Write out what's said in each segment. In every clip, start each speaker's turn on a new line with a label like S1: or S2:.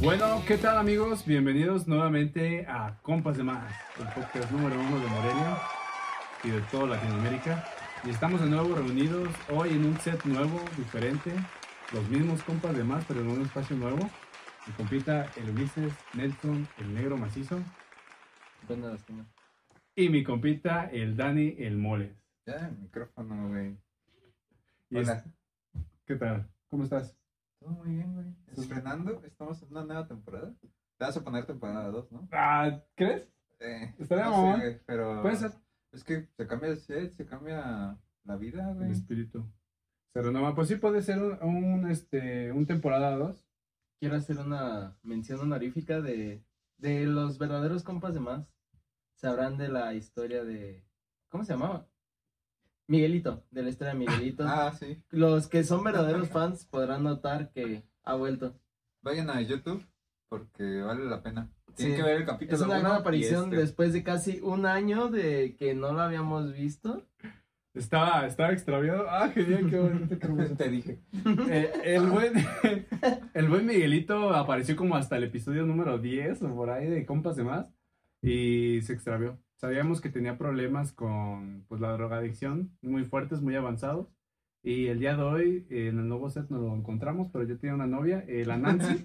S1: Bueno, ¿qué tal amigos? Bienvenidos nuevamente a Compas de Más, el podcast número uno de Morelia y de toda Latinoamérica. Y estamos de nuevo reunidos hoy en un set nuevo, diferente, los mismos compas de más, pero en un espacio nuevo. Y compita el Ulises, Nelson, el negro macizo,
S2: Buenas, buenas.
S1: y mi compita el Dani, el Moles.
S2: Ya, el micrófono, güey.
S1: Y es-
S2: Hola.
S1: ¿Qué tal? ¿Cómo estás?
S2: Todo muy bien, güey. Estrenando, estamos en una nueva temporada. Te vas a poner temporada 2, ¿no?
S1: Ah, ¿Crees?
S2: Eh,
S1: Estaría
S2: no
S1: mamón.
S2: sé, güey, pero...
S1: Puede ser.
S2: Es que se cambia el set, se cambia la vida,
S1: El
S2: güey.
S1: espíritu. Se renova. Pues sí puede ser un, un, este, un temporada 2.
S3: quiero hacer una mención honorífica de, de los verdaderos compas de más. Sabrán de la historia de. ¿Cómo se llamaba? Miguelito, de la historia de Miguelito.
S2: Ah, sí.
S3: Los que son verdaderos fans podrán notar que ha vuelto.
S2: Vayan a YouTube porque vale la pena. Tienen
S3: Sí.
S2: que ver el capítulo
S3: Es una
S2: uno
S3: gran
S2: y
S3: aparición
S2: este.
S3: después de casi un año de que no lo habíamos visto.
S1: Estaba, estaba extraviado. Ah, qué bien, qué bonito, qué hermoso.
S2: Te dije.
S1: Eh, el, buen, el buen Miguelito apareció como hasta el episodio número 10 o por ahí de Compas de Más y se extravió. Sabíamos que tenía problemas con pues, la drogadicción muy fuertes, muy avanzados. Y el día de hoy eh, en el nuevo set nos lo encontramos, pero yo tenía una novia, eh, la Nancy.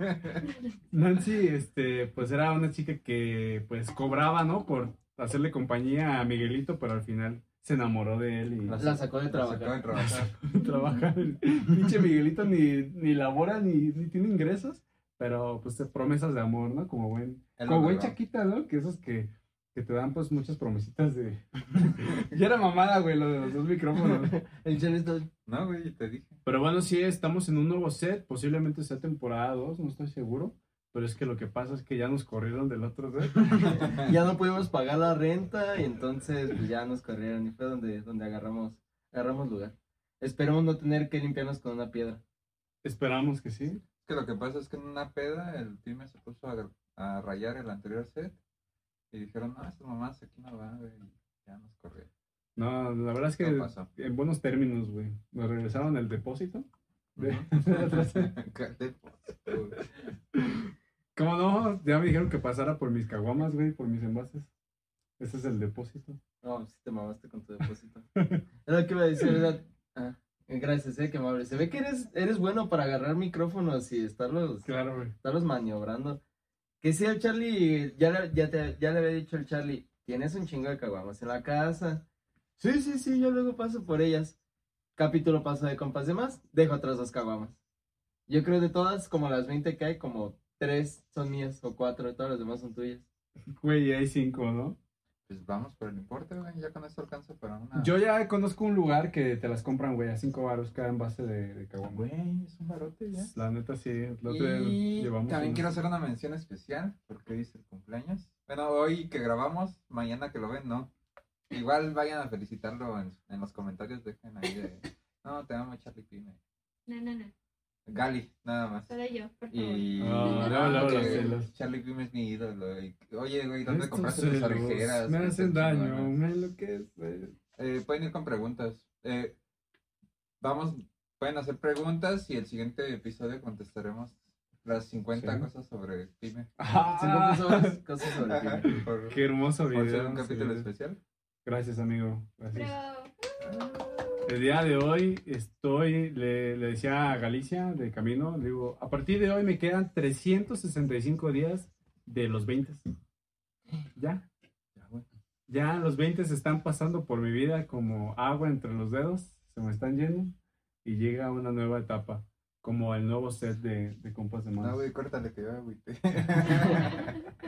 S1: Nancy, este, pues era una chica que pues cobraba, ¿no? Por hacerle compañía a Miguelito, pero al final se enamoró de él y
S3: La sacó de
S2: Lo sacó de
S3: trabajar.
S2: trabajar.
S1: trabaja. Pinche Miguelito ni, ni labora ni, ni tiene ingresos, pero pues te- promesas de amor, ¿no? Como buen,
S2: Él
S1: como
S2: lo
S1: buen
S2: logró.
S1: chaquita, ¿no? Que esos que, que te dan pues muchas promesitas de... ya era mamada, güey, lo de los dos micrófonos.
S3: El chile está-
S2: No, güey, te dije.
S1: Pero bueno, sí, estamos en un nuevo set, posiblemente sea temporada 2, no estoy seguro. Pero es que lo que pasa es que ya nos corrieron del otro set.
S3: ya no pudimos pagar la renta y entonces pues, ya nos corrieron y fue donde, donde agarramos, agarramos lugar. Esperemos no tener que limpiarnos con una piedra.
S1: Esperamos que sí.
S2: que lo que pasa es que en una peda el time se puso a, a rayar el anterior set y dijeron, no, estas mamás aquí no van, güey. Ya nos corrieron.
S1: No, la verdad es que
S2: ¿Qué pasó?
S1: en buenos términos, güey. Nos regresaron el depósito. De- ¿Cómo no? Ya me dijeron que pasara por mis caguamas, güey, por mis envases. Ese es el depósito.
S3: No, pues sí te mamaste con tu depósito. Era lo que iba a decir, ¿verdad? Ah, gracias, eh, que amable. Se ve que eres, eres bueno para agarrar micrófonos y estarlos,
S1: Claro, güey.
S3: estarlos maniobrando. Que sí, el Charlie, ya le, ya, te- ya le había dicho el Charlie, tienes un chingo de caguamas en la casa. Sí, sí, sí, yo luego paso por ellas. Capítulo paso de compas de más, dejo atrás dos caguamas. Yo creo de todas, como las 20 que hay, como tres son mías o cuatro, todas las demás son tuyas.
S1: Güey, y hay cinco, ¿no?
S2: Pues vamos por el importe, güey. Ya con esto alcanza para una.
S1: Yo ya conozco un lugar que te las compran, güey, a cinco varos cada envase de, de caguamas.
S2: Ah, Güey, es un barote ya.
S1: La neta, sí. Lo
S2: Y
S1: llevamos
S2: también
S1: uno.
S2: quiero hacer una mención especial porque hoy es el cumpleaños. Bueno, hoy que grabamos, mañana que lo ven, ¿no? Igual vayan a felicitarlo en, en los comentarios, dejen ahí de... No, te amo Charlie Pime.
S4: No, no, no.
S2: Gali, nada más.
S4: Solo yo, por favor.
S2: Y
S1: Ah, luego, luego los celos.
S2: Charlie Pym es mi ídolo. y- Oye, güey, ¿dónde
S1: Estos
S2: compraste tus
S1: celos
S2: orejeras?
S1: Me
S2: Que
S1: hacen
S2: son
S1: daño,
S2: chingonas.
S1: me enloquece.
S2: Eh, pueden ir con preguntas. Eh, vamos, pueden hacer preguntas y el siguiente episodio contestaremos las 50
S1: Sí.
S2: cosas sobre Pyme.
S1: Ah,
S3: 50 sobres, pues, cosas sobre ti.
S2: Ajá, por,
S1: qué hermoso
S2: por ser
S1: video.
S2: un capítulo
S1: sí.
S2: especial.
S1: Gracias, amigo. Gracias.
S4: Pero,
S1: El día de hoy estoy, le, le decía a Galicia de camino, le digo, a partir de hoy me quedan 365 días de los 20. Ya,
S2: Ya, güey.
S1: ya los 20 se están pasando por mi vida como agua entre los dedos, se me están yendo y llega una nueva etapa, como el nuevo set de, de compas de
S2: No,
S1: más.
S2: güey, córtale que yo agüité.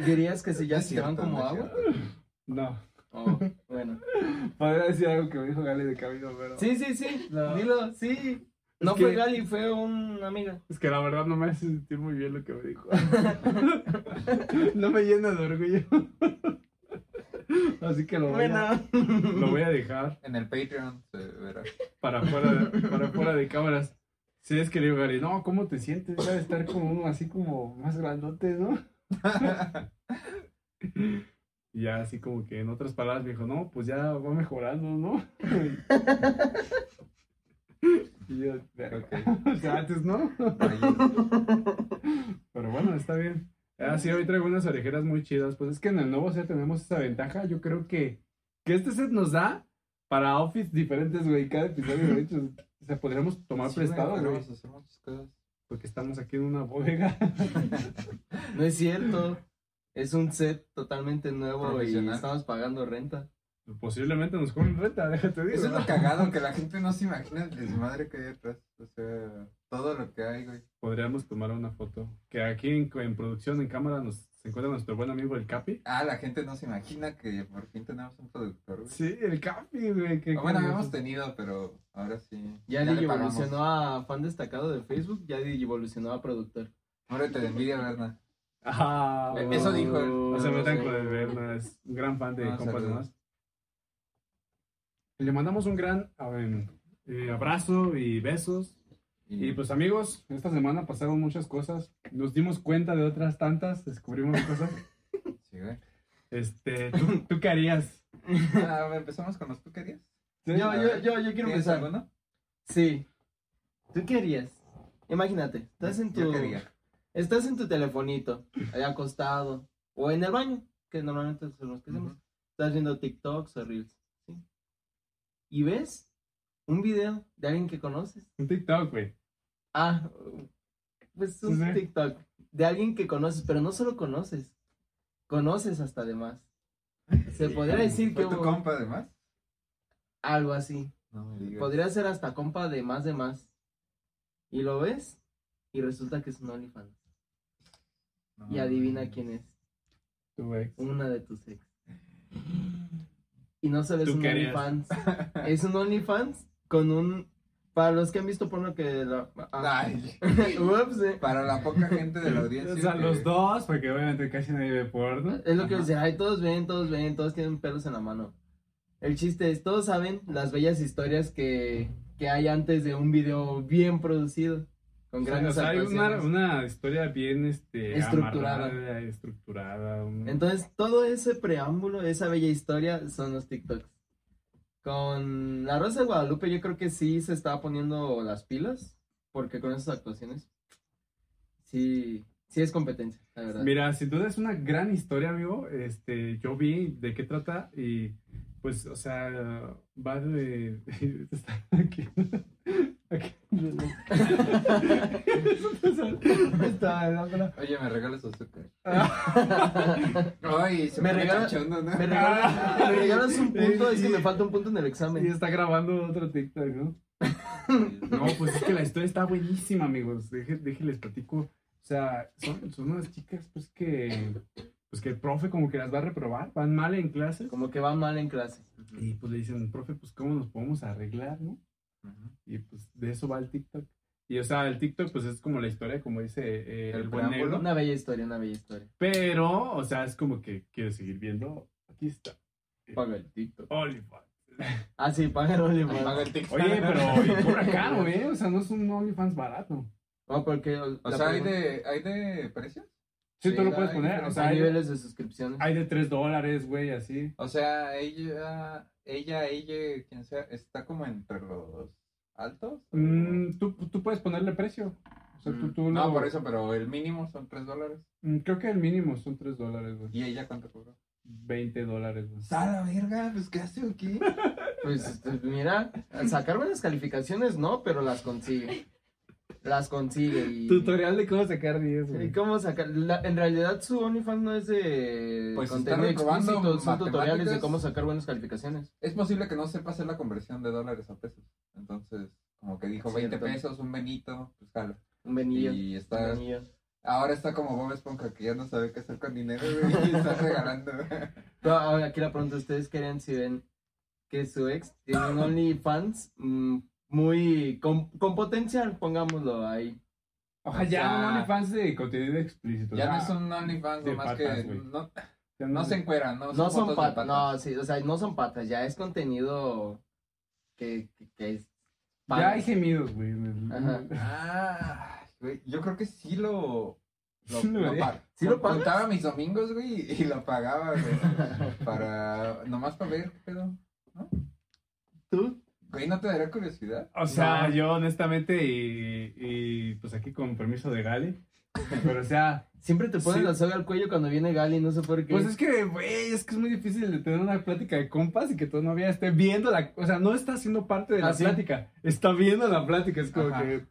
S3: ¿Dirías que si ya
S2: Es
S3: se llevan
S2: cierto,
S3: como
S2: no es
S3: agua?
S2: cierto.
S1: No,
S3: Oh, bueno.
S1: podría decir algo que me dijo Gali de camino, pero...
S3: Sí, sí, sí.
S1: No.
S3: Dilo, sí. No
S1: Es que-
S3: fue Gali, fue una amiga.
S1: Es que la verdad no me hace sentir muy bien lo que me dijo. no me llena de orgullo. Así que lo voy, a,
S3: Bueno.
S1: lo voy a dejar
S2: En el Patreon se verá.
S1: para fuera, de, para fuera de cámaras. Si es que le digo, Gary, no, ¿cómo te sientes? Ya de estar como uno así como más grandote, ¿no? Y ya así como que en otras palabras me dijo, no, pues ya va mejorando, ¿no? y yo, pues, verga.
S2: Ok.
S1: O sea, antes no.
S2: Ahí.
S1: Pero bueno, está bien. Ah, sí, hoy traigo unas orejeras muy chidas. Pues es que en el nuevo set tenemos esa ventaja. Yo creo que, que este set nos da para outfits diferentes, güey. Cada episodio, de hecho, o sea, podríamos tomar
S2: Sí, güey,
S1: prestado, güey.
S2: podríamos hacer muchas cosas.
S1: Porque estamos aquí en una bodega.
S3: No es cierto. Es un set totalmente nuevo y
S2: Profesional.
S3: estamos pagando renta.
S1: Posiblemente nos cobren renta, déjate digo.
S2: Eso es lo cagado, que la gente no se imagina el desmadre que hay atrás. O sea, todo lo que hay, güey.
S1: Podríamos tomar una foto. Que aquí en, en producción, en cámara, nos se encuentra nuestro buen amigo el Capi.
S2: Ah, la gente no se imagina que por fin tenemos un productor, güey.
S1: Sí, el Capi, güey. que-
S2: Ah, bueno, habíamos tenido, pero ahora sí.
S3: Ya,
S2: le
S3: Digi
S2: pagamos.
S3: evolucionó a fan destacado de Facebook, ya Digi evolucionó a productor.
S2: Muérete de envidia, Berna.
S1: Ah,
S3: E-,
S2: Eh, eso
S1: bueno.
S2: dijo él.
S1: No se metan
S2: sí.
S1: con el Berna, es un gran fan de
S3: Ah,
S2: No,
S1: compas de
S2: saludos.
S1: más. Le mandamos un gran a ver, eh, abrazo y besos. Y pues amigos, esta semana pasaron muchas cosas. Nos dimos cuenta de otras tantas, descubrimos cosas.
S2: Sí, güey.
S1: Este, ¿tú, tú qué harías?
S2: Ah, empezamos con los tú querías.
S1: ¿Sí?
S3: Yo, yo, yo, yo quiero
S2: ¿Tienes
S3: empezar.
S2: alguno?
S3: Sí. ¿Tú qué harías? Imagínate, estás en
S2: Yo
S3: tu,
S2: quería.
S3: estás en tu telefonito, ahí acostado, o en el baño, que normalmente son los que hacemos.
S2: Ujú.
S3: Estás viendo TikToks o Reels, ¿sí? Y ves un video de alguien que conoces.
S1: Un TikTok, güey.
S3: Ah, pues un
S1: Sí, sí.
S3: TikTok de alguien que conoces, pero no solo conoces, conoces hasta además. Se podría decir que
S2: ¿Fue tu
S3: hubo
S2: compa, además?
S3: algo así.
S2: No me digas.
S3: Podría ser hasta compa de más de más. Y lo ves y resulta que es un OnlyFans.
S2: No
S3: Y
S1: Ah,
S2: me
S3: adivina
S2: digas.
S3: quién es.
S1: Tú, güey.
S3: Una de tus ex. Y no solo es
S1: ¿Tú
S3: un
S1: qué harías?
S3: OnlyFans. Es un OnlyFans con un... Para los que han visto porno que... La, ah.
S2: Ay,
S3: Ups, eh.
S2: para la poca gente de la
S1: O
S2: audiencia.
S1: sea,
S2: que-
S1: los dos, porque obviamente casi nadie ve porno.
S3: Es lo que
S2: Ajá.
S3: dice, ay, todos ven, todos ven, todos tienen pelos en la mano. El chiste es, todos saben las bellas historias que, que hay antes de un video bien producido, con
S1: O sea,
S3: grandes
S1: o sea, hay una,
S3: actuaciones.
S1: una historia bien este,
S3: Estructurada.
S1: amarrada, estructurada. un-
S3: Entonces, todo ese preámbulo, esa bella historia, son los TikToks. Con La Rosa de Guadalupe, yo creo que sí se estaba poniendo las pilas, porque con esas actuaciones, sí, sí es competencia, la verdad.
S1: Mira, sin duda es una gran historia, amigo. Este, yo vi de qué trata y pues, o sea, va de... está aquí. Aquí. Está en la otra.
S2: Oye, me regalas azúcar. Ay, se
S3: Me
S2: me, pone
S3: regala-
S2: cachondo, ¿no?
S3: Me regalas, me regalas un punto, es que
S1: Sí.
S3: me falta un punto en el
S1: Y
S3: examen.
S1: está grabando otro TikTok, ¿no? No, pues es que la historia está buenísima, amigos. Deje- Déjenles platico. O sea, son, son unas chicas, pues que, pues que el profe como que las va a reprobar, van mal en clases.
S3: Como que va mal en clase.
S1: Y pues le dicen, profe, pues cómo nos podemos arreglar, ¿no?
S2: Ujú.
S1: Y pues de eso va el TikTok. Y o sea, el TikTok pues es como la historia, como dice eh, el,
S2: El
S1: buen
S2: preámbulo.
S1: negro.
S3: Una bella historia, una bella historia.
S1: Pero, o sea, es como que quiero seguir viendo. Aquí está.
S3: Paga el TikTok.
S1: OnlyFans.
S3: Ah, sí, paga el OnlyFans.
S2: Paga el TikTok.
S1: Oye, pero y cobra caro, ¿eh? O sea, no es un OnlyFans barato.
S3: No, porque.
S2: O sea, ¿hay de, ¿hay de precios?
S1: Sí,
S3: Sí,
S1: tú lo
S2: la-
S1: puedes poner. O sea,
S3: hay
S1: hay,
S3: niveles de suscripciones.
S2: Ah.
S1: hay de 3 dólares, güey, así.
S2: O sea, ella, ella, ella, quien sea, está como entre los altos. ¿o?
S1: Mm, tú, tú puedes ponerle precio. O sea, tú, tú
S2: Mm. no,
S1: lo-
S2: por eso, pero el mínimo son 3 dólares.
S1: Mm, Creo que el mínimo son 3 dólares, güey.
S2: ¿Y ella cuánto cobró?
S1: 20 dólares, güey.
S2: Sala, verga, pues ¿qué hace aquí?
S3: Pues este, mira, sacar buenas calificaciones no, pero las consigue. Las consigue. Y...
S1: Tutorial de cómo sacar 10, güey.
S3: ¿Y cómo sacar? La- en realidad su OnlyFans no es de
S2: Pues
S3: contenido
S2: está reprobando
S3: explícito, son
S2: matemáticas.
S3: tutoriales de cómo sacar buenas calificaciones.
S2: Es posible que no sepa hacer la conversión de dólares a pesos. Entonces, como que dijo 20
S3: Cierto.
S2: pesos, un benito, pues jalo.
S3: Un venillo.
S2: Y
S3: un
S2: está,
S3: venillo.
S2: ahora está como Bob Esponja, que ya no sabe qué hacer con dinero, güey, y está regalando.
S3: No, ahora aquí la pregunta, ¿ustedes querían si ven que su ex tiene un OnlyFans mm, muy con, con potencial, pongámoslo ahí?
S1: Ojalá
S2: O
S1: ya
S2: sea,
S1: un OnlyFans de contenido explícito.
S2: Ya
S1: o sea,
S2: no es un OnlyFans,
S1: de
S2: nomás
S1: patas,
S2: que
S1: güey.
S2: no,
S1: ya
S2: no se encueran, no son,
S3: No son
S2: fotos de patas.
S3: patas, no, sí, o sea, no son patas, ya es contenido que, que, que es...
S1: Ya hay gemidos, güey.
S3: Ajá.
S2: Ah, güey, yo creo que sí lo... Lo,
S1: Sí lo
S2: lo
S1: haría.
S2: pa-
S3: ¿Sí lo pagas?
S2: Juntaba mis domingos, güey, y lo pagaba, güey. Para... Nomás para ver qué pedo.
S3: ¿Tú?
S2: Güey, ¿no te daría curiosidad?
S1: O sea,
S3: No.
S1: yo honestamente, y, y, pues aquí con permiso de Gali, Pero o sea,
S3: Siempre te ponen
S1: Sí.
S3: la soga al cuello cuando viene Gali, no sé por qué.
S1: pues es que, güey, es que es muy difícil de tener una plática de compas y que tu novia esté viendo la. O sea, no está siendo parte de la
S3: Ah, sí.
S1: plática, está viendo la plática, es como
S2: Ajá.
S1: que.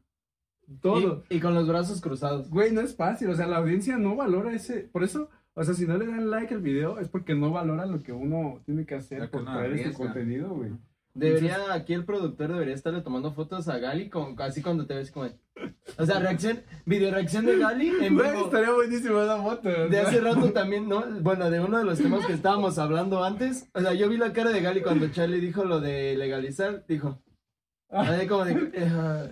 S1: Todo.
S3: Y, y con los brazos cruzados.
S1: Güey, no es fácil, o sea, la audiencia no valora ese, por eso, o sea, si no le dan like al video es porque no valora lo que uno tiene que hacer
S2: Lo que
S1: por
S2: uno
S1: traer este
S2: arriesga.
S1: contenido, güey.
S3: Debería, aquí el productor debería estarle tomando fotos a Gali con, así cuando te ves como. O sea, reacción, video reacción de Gali en
S1: Güey,
S3: vivo.
S1: estaría buenísimo la foto. o
S3: De
S1: sea.
S3: hace rato también, ¿no? Bueno, de uno de los temas que estábamos hablando antes. O sea, yo vi la cara de Gali cuando Charlie dijo lo de legalizar. Dijo. Ahí como de. eh, ah,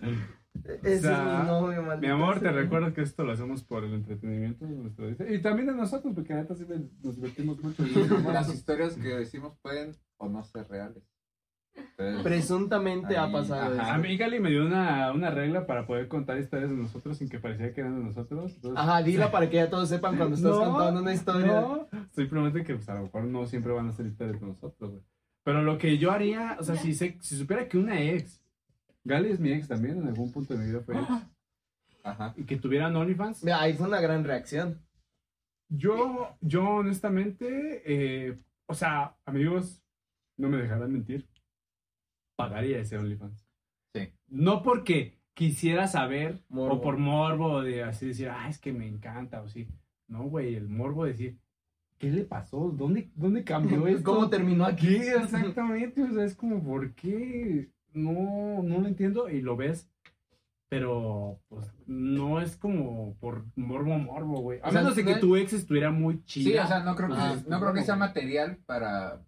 S3: Ese
S1: sea,
S3: es mi novio,
S1: Mi
S3: maldita
S1: amor, te
S3: sea.
S1: recuerdo que esto lo hacemos por el entretenimiento de nuestra audiencia. Y también de nosotros, porque la neta sí nos divertimos mucho.
S2: Y las historias que decimos pueden o no ser reales. Entonces,
S3: Presuntamente ha
S2: Ahí,
S3: pasado
S2: ajá.
S1: A
S3: eso.
S1: mí Gali me dio una, una regla para poder contar historias de nosotros sin que pareciera que eran de nosotros. Entonces,
S3: Ajá, dila para que ya todos sepan cuando estás
S1: No,
S3: contando una historia.
S1: No, simplemente que pues, a lo mejor no siempre van a ser historias de nosotros, güey. Pero lo que yo haría, o sea, si, sé- si supiera que una ex, Gali es mi ex también, en algún punto de mi vida fue ex,
S2: Ajá.
S1: y que tuvieran OnlyFans,
S3: Mira, ahí fue una gran reacción.
S1: yo, yo honestamente, eh, o sea, amigos, no me dejarán mentir, pagaría ese OnlyFans.
S2: Sí.
S1: No porque quisiera saber
S3: Morbo.
S1: o por morbo de así decir, ah, es que me encanta o sí. No, güey, el morbo de decir, ¿qué le pasó? ¿Dónde, dónde cambió esto?
S3: ¿Cómo terminó aquí?
S1: Aquí, exactamente, o sea, es como, ¿por qué? No, no lo entiendo y lo ves, pero pues no es como por morbo, morbo, güey. A
S3: O sea,
S1: menos de que
S3: no-
S1: tu ex estuviera muy chida.
S2: Sí, o sea, no creo
S1: Ah,
S2: que, no creo que sea material para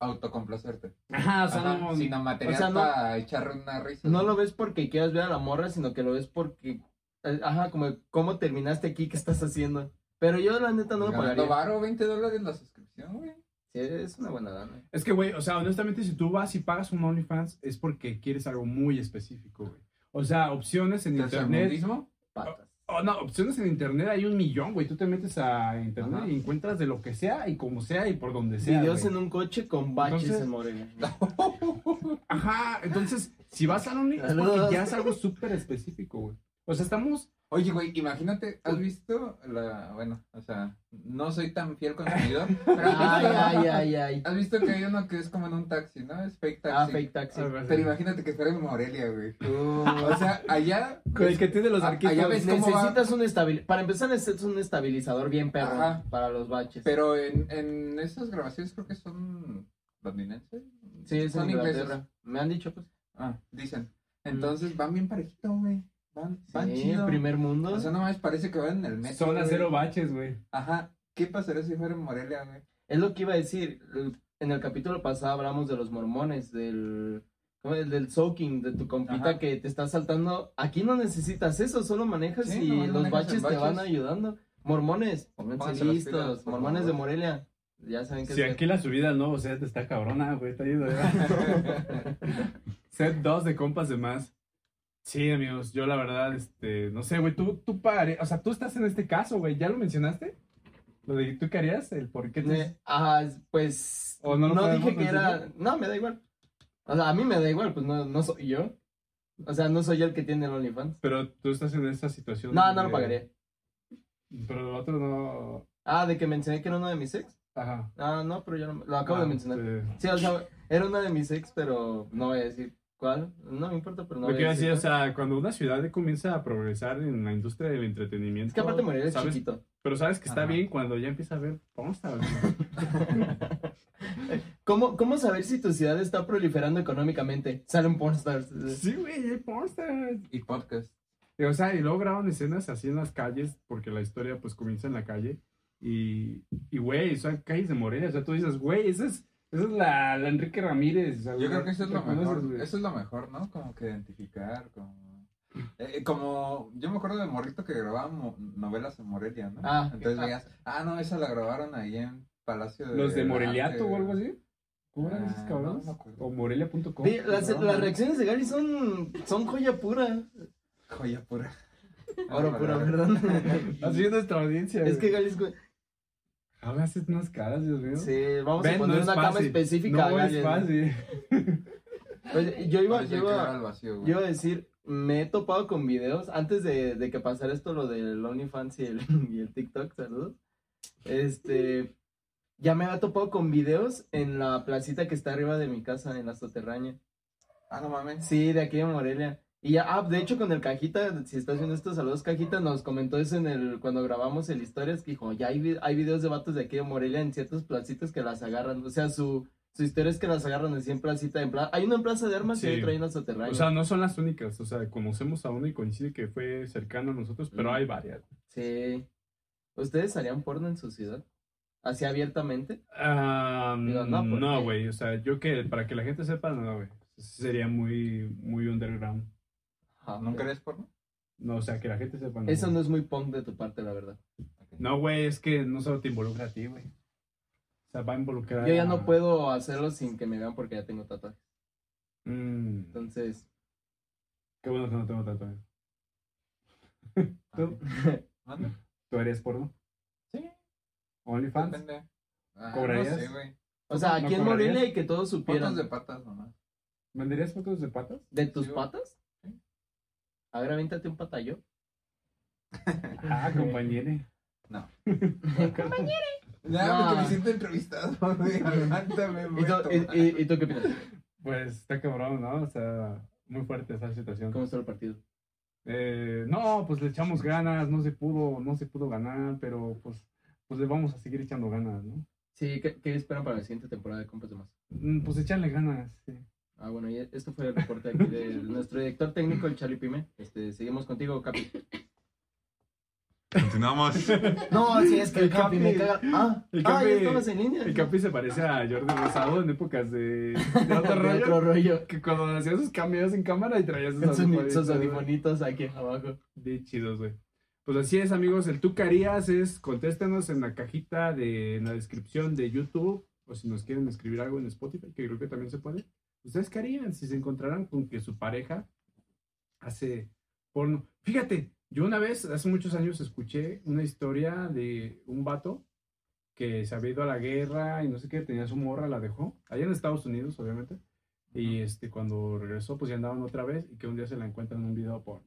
S2: autocomplacerte.
S1: Ajá, o sea,
S2: Ajá,
S1: no-
S2: sino material
S3: o sea, no-
S2: para echarle una risa.
S3: No lo ves porque quieras ver a la morra, sino que lo ves porque. eh, Ajá, como cómo terminaste aquí, qué estás haciendo. Pero yo, la neta, no lo
S2: Ganando
S3: pagaría.
S2: varo, 20 dólares la suscripción, güey.
S3: Sí, es una buena dama. ¿eh?
S1: Es que, güey, o sea, honestamente, si tú vas y pagas un OnlyFans es porque quieres algo muy específico, güey. O sea, opciones en internet.
S2: ¿Tercermundismo? Ah,
S3: Patas.
S1: Oh, no, opciones en internet hay un millón, güey. Tú te metes a internet
S2: Ajá.
S1: y encuentras de lo que sea y como sea y por donde sea.
S3: Videos
S1: güey.
S3: en un coche con baches
S1: Entonces-
S3: en Morelia.
S1: Ajá, entonces, si vas al Only, es
S3: Saludos.
S1: porque ya es algo súper específico, güey. O sea, estamos.
S2: Oye, güey, imagínate, ¿has visto la. Bueno, o sea, no soy tan fiel consumidor, pero ¿has
S3: Ay,
S2: visto,
S3: ay, ay, ay.
S2: has visto que hay uno que es como en un taxi, ¿no? Es fake taxi.
S3: Ah, fake taxi.
S2: Pero imagínate que fuera en Morelia, güey. O sea, allá.
S1: Con el que tiene los
S2: Ah,
S1: arquitos.
S2: allá ves Ah, cómo va.
S3: Necesitas un estabilizador. Para empezar, necesitas un estabilizador bien perro
S2: Ajá.
S3: para los baches.
S2: Pero en, en esas grabaciones creo que son londinenses.
S3: sí, es en
S2: son ingleses.
S3: Inglaterra. Me han dicho, pues.
S2: Ah, dicen. Entonces
S1: Mm.
S2: van bien parejito, güey. Van, van
S3: sí,
S2: Ah, chido. Pues
S3: primer mundo.
S2: O sea, no mames, parece que van en el metro.
S1: Zona
S2: güey.
S1: cero baches, güey.
S2: Ajá. ¿Qué pasaría si fuera en Morelia, güey?
S3: Es lo que iba a decir. En el capítulo pasado hablamos de los mormones, del, ¿cómo es? del soaking, de tu compita
S2: Ajá.
S3: que te está saltando. Aquí no necesitas eso, solo manejas
S2: Sí,
S3: y
S2: nomás
S3: los
S2: manejas
S3: baches,
S2: en
S3: te van
S2: baches.
S3: ayudando. Mormones, pónganse
S2: Pónganse las
S3: listos.
S2: pilas, por
S3: mormones de
S2: favor.
S3: Morelia, ya saben que
S1: Si aquí la subida no, o sea, te está cabrona, güey. Está ayuda. Set 2 de compas de más. Sí, amigos, yo la verdad, este, no sé, güey, tú, tú pagarías, o sea, tú estás en este caso, güey, ¿ya lo mencionaste? Lo de, ¿tú qué harías? El por qué tú-
S3: Ne- Ajá, Ah, pues
S1: ¿O no
S3: no,
S1: lo podemos
S3: dije que era...
S1: mencionar?
S3: No, me da igual. O sea, a mí me da igual, pues no, no soy yo. O sea, no soy yo el que tiene el OnlyFans.
S1: Pero tú estás en esta situación.
S3: No, no lo
S1: de-
S3: pagaría.
S1: Pero lo otro no,
S3: Ah, de que mencioné que era uno de mis ex.
S1: ajá.
S3: Ah, no, pero yo no- lo acabo
S1: Ah,
S3: de mencionar.
S1: este,
S3: Sí, o sea, era una de mis ex, pero no voy a decir cuál. No me importa, pero no
S1: lo
S3: voy
S1: que iba
S3: a
S1: a decir,
S3: decir.
S1: o
S3: cuál.
S1: sea, cuando una ciudad comienza a progresar en la industria del entretenimiento.
S3: es que aparte morir es
S1: ¿sabes?
S3: chiquito.
S1: Pero sabes que está
S2: Ajá.
S1: bien cuando ya empieza a ver ponsta, güey.
S3: ¿Cómo, ¿Cómo saber si tu ciudad está proliferando económicamente? Salen pornstars.
S1: Sí, güey, ya hay pornstars.
S2: y podcast.
S1: Y, O sea, y luego graban escenas así en las calles, porque la historia pues comienza en la calle. Y, y güey, son calles de Morelia. O sea, tú dices, güey, esa es, esa es la, la Enrique Ramírez. o sea,
S2: Yo creo que eso es lo mejor.
S1: reconoces, güey.
S2: Eso es lo mejor, ¿no? Como que identificar, como. eh, como yo me acuerdo de morrito que grababa mo- novelas en Morelia, ¿no?
S3: Ah,
S2: Entonces
S3: ah.
S2: veías, ah, no, esa la grabaron ahí en Palacio de
S1: Los de
S2: Arte,
S1: Moreliato o
S2: güey.
S1: algo así. ¿Cómo eran
S2: Ah,
S1: esos cabrones?
S2: no me acuerdo.
S1: o morelia.com.
S3: Ve, Las,
S1: No,
S3: las
S1: no.
S3: reacciones de Gary son, son joya pura.
S2: Joya pura.
S3: Oro
S2: Una
S3: puro,
S2: palabra.
S3: perdón.
S1: Ah, Así es nuestra audiencia.
S3: es que
S1: güey.
S3: Galisco.
S1: Ahora haces unas caras, Dios mío.
S3: Sí, vamos
S1: Ven,
S3: a
S1: no
S3: poner
S1: es
S3: una cama
S1: fácil.
S3: específica. a
S1: No
S3: Gales,
S1: es fácil.
S3: Pues, yo iba,
S2: Parece
S3: yo
S2: que
S3: iba-
S2: era al vacío, güey.
S3: yo iba a decir, me he topado con videos antes de, de que pasara esto, lo del OnlyFans y el, y el TikTok, saludos. Este, ya me había topado con videos en la placita que está arriba de mi casa, en la soterraña.
S2: Ah, no mames.
S3: Sí, de aquí de Morelia. Y ya, ah, de hecho con el Cajita, si estás viendo estos saludos, Cajita nos comentó eso en el, cuando grabamos el Historias, que dijo, ya hay, vi- hay videos de vatos de aquí de Morelia en ciertos placitas que las agarran, o sea, su, su historia es que las agarran en 100 placitas, en pla- hay una en Plaza de Armas y
S1: Sí.
S3: hay otra ahí en la soterraña.
S1: O sea, no son las únicas, o sea, conocemos a uno y coincide que fue cercano a nosotros, pero
S3: Mm.
S1: hay varias.
S3: sí. ¿Ustedes harían porno en su ciudad? ¿Así abiertamente?
S1: Ah,
S3: Digo, no, pues, ¿por
S1: no,
S3: qué?
S1: güey, o sea, yo que, para que la gente sepa, no, güey, sería muy, muy underground.
S3: Ah,
S2: ¿Nunca
S3: ok.
S2: eres porno?
S1: No, o sea, que la gente sepa.
S3: Eso
S1: güey.
S3: no es muy punk de tu parte, la verdad.
S2: Ok.
S1: No, güey, es que no solo te involucra a ti, güey. O sea, va a involucrar
S3: Yo ya
S1: a-
S3: no puedo hacerlo sin que me vean porque ya tengo tatuajes.
S1: Mm,
S3: Entonces,
S1: qué bueno que no tengo tatuaje.
S2: Ah,
S1: ¿Tú?
S2: ¿Manda?
S1: ¿Tú eres porno?
S2: Sí.
S1: ¿OnlyFans?
S2: Depende. Ah,
S1: ¿Cobrarías?
S2: No sé, güey.
S3: o sea,
S1: ¿No
S3: aquí en
S1: cobrarías?
S3: Morelia y que todos supieran.
S2: Fotos de patas nomás.
S1: ¿Venderías fotos de patas?
S3: ¿De tus
S2: Sí, güey.
S3: patas?
S2: Sí.
S3: A ver, aviéntate un patallo.
S1: Ah, compañere.
S2: Ya,
S3: No.
S2: porque me siento entrevistado, güey. Levántame,
S3: ¿Y
S2: güey.
S3: tú, y- y- y tú qué opinas?
S1: Pues está cabrón, ¿no? O sea, muy fuerte esa situación.
S3: ¿Cómo estuvo el partido?
S1: Eh, no, pues le echamos ganas, no se pudo, no se pudo ganar, pero pues, pues le vamos a seguir echando ganas, ¿no?
S3: Sí, ¿qué, qué esperan para la siguiente temporada de Compas de Más?
S1: Mm, Pues echarle ganas, sí.
S3: Ah, bueno, y esto fue el reporte aquí de nuestro director técnico, el Charlie Pime. Este, seguimos contigo, Capi.
S4: Continuamos.
S3: No, sí, es
S1: que el El Capi Capi. me caga.
S3: Ah,
S1: El
S3: ah,
S1: Capi-
S3: ya estabas en línea.
S1: El Capi se parece a Jordi Rosado en épocas de, de
S3: De
S1: otro rollo.
S3: otro rollo.
S1: Que cuando hacía sus cameos en cámara y traía sus
S3: Con sus,
S1: audifonitos,
S3: sus
S1: güey.
S3: audifonitos aquí abajo.
S1: Bien chidos, güey. Pues así es, amigos. El tú que harías es contéstanos en la cajita de en la descripción de YouTube o si nos quieren escribir algo en Spotify, que creo que también se puede. ¿Ustedes pues, qué harían si se encontraran con que su pareja hace porno? Fíjate, yo una vez, hace muchos años, escuché una historia de un vato que se había ido a la guerra y no sé qué, tenía su morra, la dejó, allá en Estados Unidos, obviamente. Y este, cuando regresó, pues ya andaban otra vez y que un día se la encuentran en un video porno.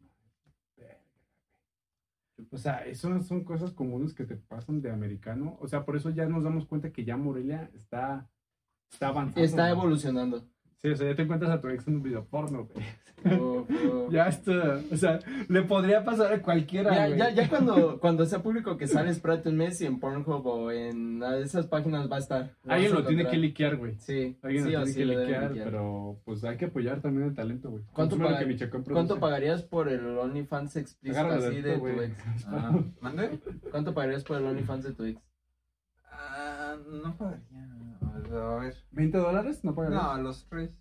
S1: O sea, eso son cosas comunes que te pasan de americano. O sea, por eso ya nos damos cuenta que ya Morelia está, está avanzando.
S3: Está
S1: güey.
S3: evolucionando.
S1: Sí, o sea, ya te encuentras a tu ex en un video porno, güey.
S3: Oh, oh.
S1: Ya está. O sea, le podría pasar a cualquiera,
S3: Ya,
S1: güey.
S3: ya, ya cuando, cuando sea público que sale Sprat un mes y en Pornhub o en una de esas páginas va a estar. Lo
S1: Alguien
S3: vas a
S1: lo tiene
S3: encontrar.
S1: que liquear, güey.
S3: Sí,
S1: Alguien
S3: sí
S1: lo
S3: o
S1: tiene
S3: sí
S1: que
S3: lo deben
S1: liquear,
S3: liquear.
S1: pero pues hay que apoyar también el talento, güey.
S3: ¿Cuánto
S1: Consume lo
S3: paga-
S1: que Michoacán produce.
S3: ¿Cuánto pagarías por el OnlyFans explícito
S1: Agárralo de
S3: así
S1: esto,
S3: de tu
S1: güey.
S3: ex?
S2: Ah, ¿Mande?
S3: ¿Cuánto pagarías por el OnlyFans de tu ex?
S2: Ah, no pagaría. A ver.
S1: ¿20 dólares? No pagarías.
S2: No, los tres.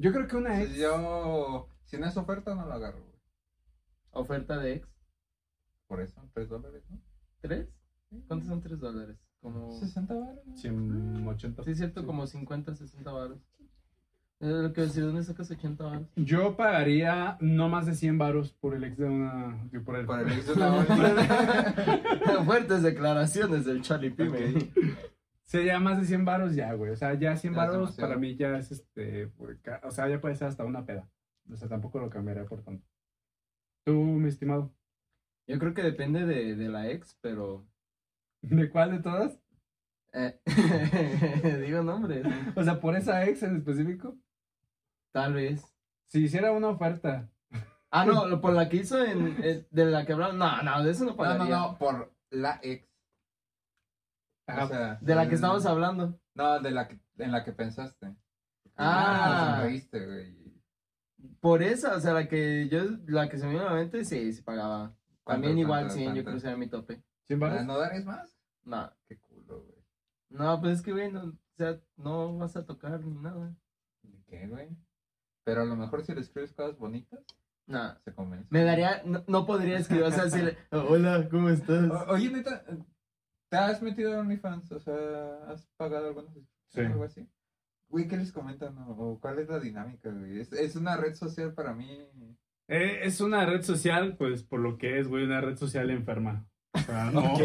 S1: Yo creo que una ex.
S2: Si yo. Si no es oferta, no lo agarro, güey.
S3: ¿Oferta de ex?
S2: Por eso, tres dólares, ¿no?
S3: ¿Tres? ¿Cuántos son tres dólares? Como...
S2: 60 dólares.
S1: 180.
S3: Sí, es cierto, como 50, 60 baros. Es lo que decir, ¿dónde sacas 80 baros?
S1: Yo pagaría no más de 100 varos por el ex de una... de- Por el...
S2: Por el ex de una bolsa.
S3: Fuertes declaraciones del Charlie Pime.
S2: Ok.
S1: Sería más de 100 varos ya, güey. O sea, ya 100
S2: Ya es
S1: varos
S2: demasiado.
S1: para mí ya es este. por ca- O sea, ya puede ser hasta una peda. O sea, tampoco lo cambiaría por tanto. Tú, mi estimado.
S3: Yo creo que depende de, de la ex, pero...
S1: ¿De cuál de todas?
S3: eh, digo nombres.
S1: O sea, por esa ex en específico.
S3: Tal vez.
S1: Si hiciera una oferta.
S3: Ah, no, lo- por la que hizo en... en- de la que hablaron... No, no, de eso no
S2: No,
S3: pagaría.
S2: no, no, por la ex.
S1: Ajá.
S2: O sea,
S3: De la
S2: mm,
S3: que estábamos hablando.
S2: No, de la que, en la que pensaste.
S3: Ah.
S2: Ah, reíste, güey.
S3: Por esa, o sea, la que yo, la que se me vino a la mente, sí, sí pagaba. También
S2: ¿Cuánto,
S3: igual,
S2: cuánto,
S3: sí, yo
S2: cuánto?
S3: creo que sería mi tope.
S1: 100
S2: ¿Para
S1: varos.
S2: no dar es más?
S3: No,
S2: Qué culo, güey.
S3: no, pues es que, güey, no, o sea, no vas a tocar ni nada.
S2: ¿De qué, güey? Pero a lo mejor si le escribes cosas bonitas, ah,
S3: No,
S2: se convence.
S3: me daría, no, no podría escribir, o sea, decirle, hola, ¿cómo estás?
S2: O- oye, neta, ¿te has metido a OnlyFans? O sea, ¿has pagado algunos
S1: Sí.
S2: algo así? Güey, ¿qué les comentan? ¿O o cuál es la dinámica, güey? Es, es una red social para mí.
S1: Eh, es una red social, pues por lo que es, güey, una red social enferma. O sea, no,
S2: Ok.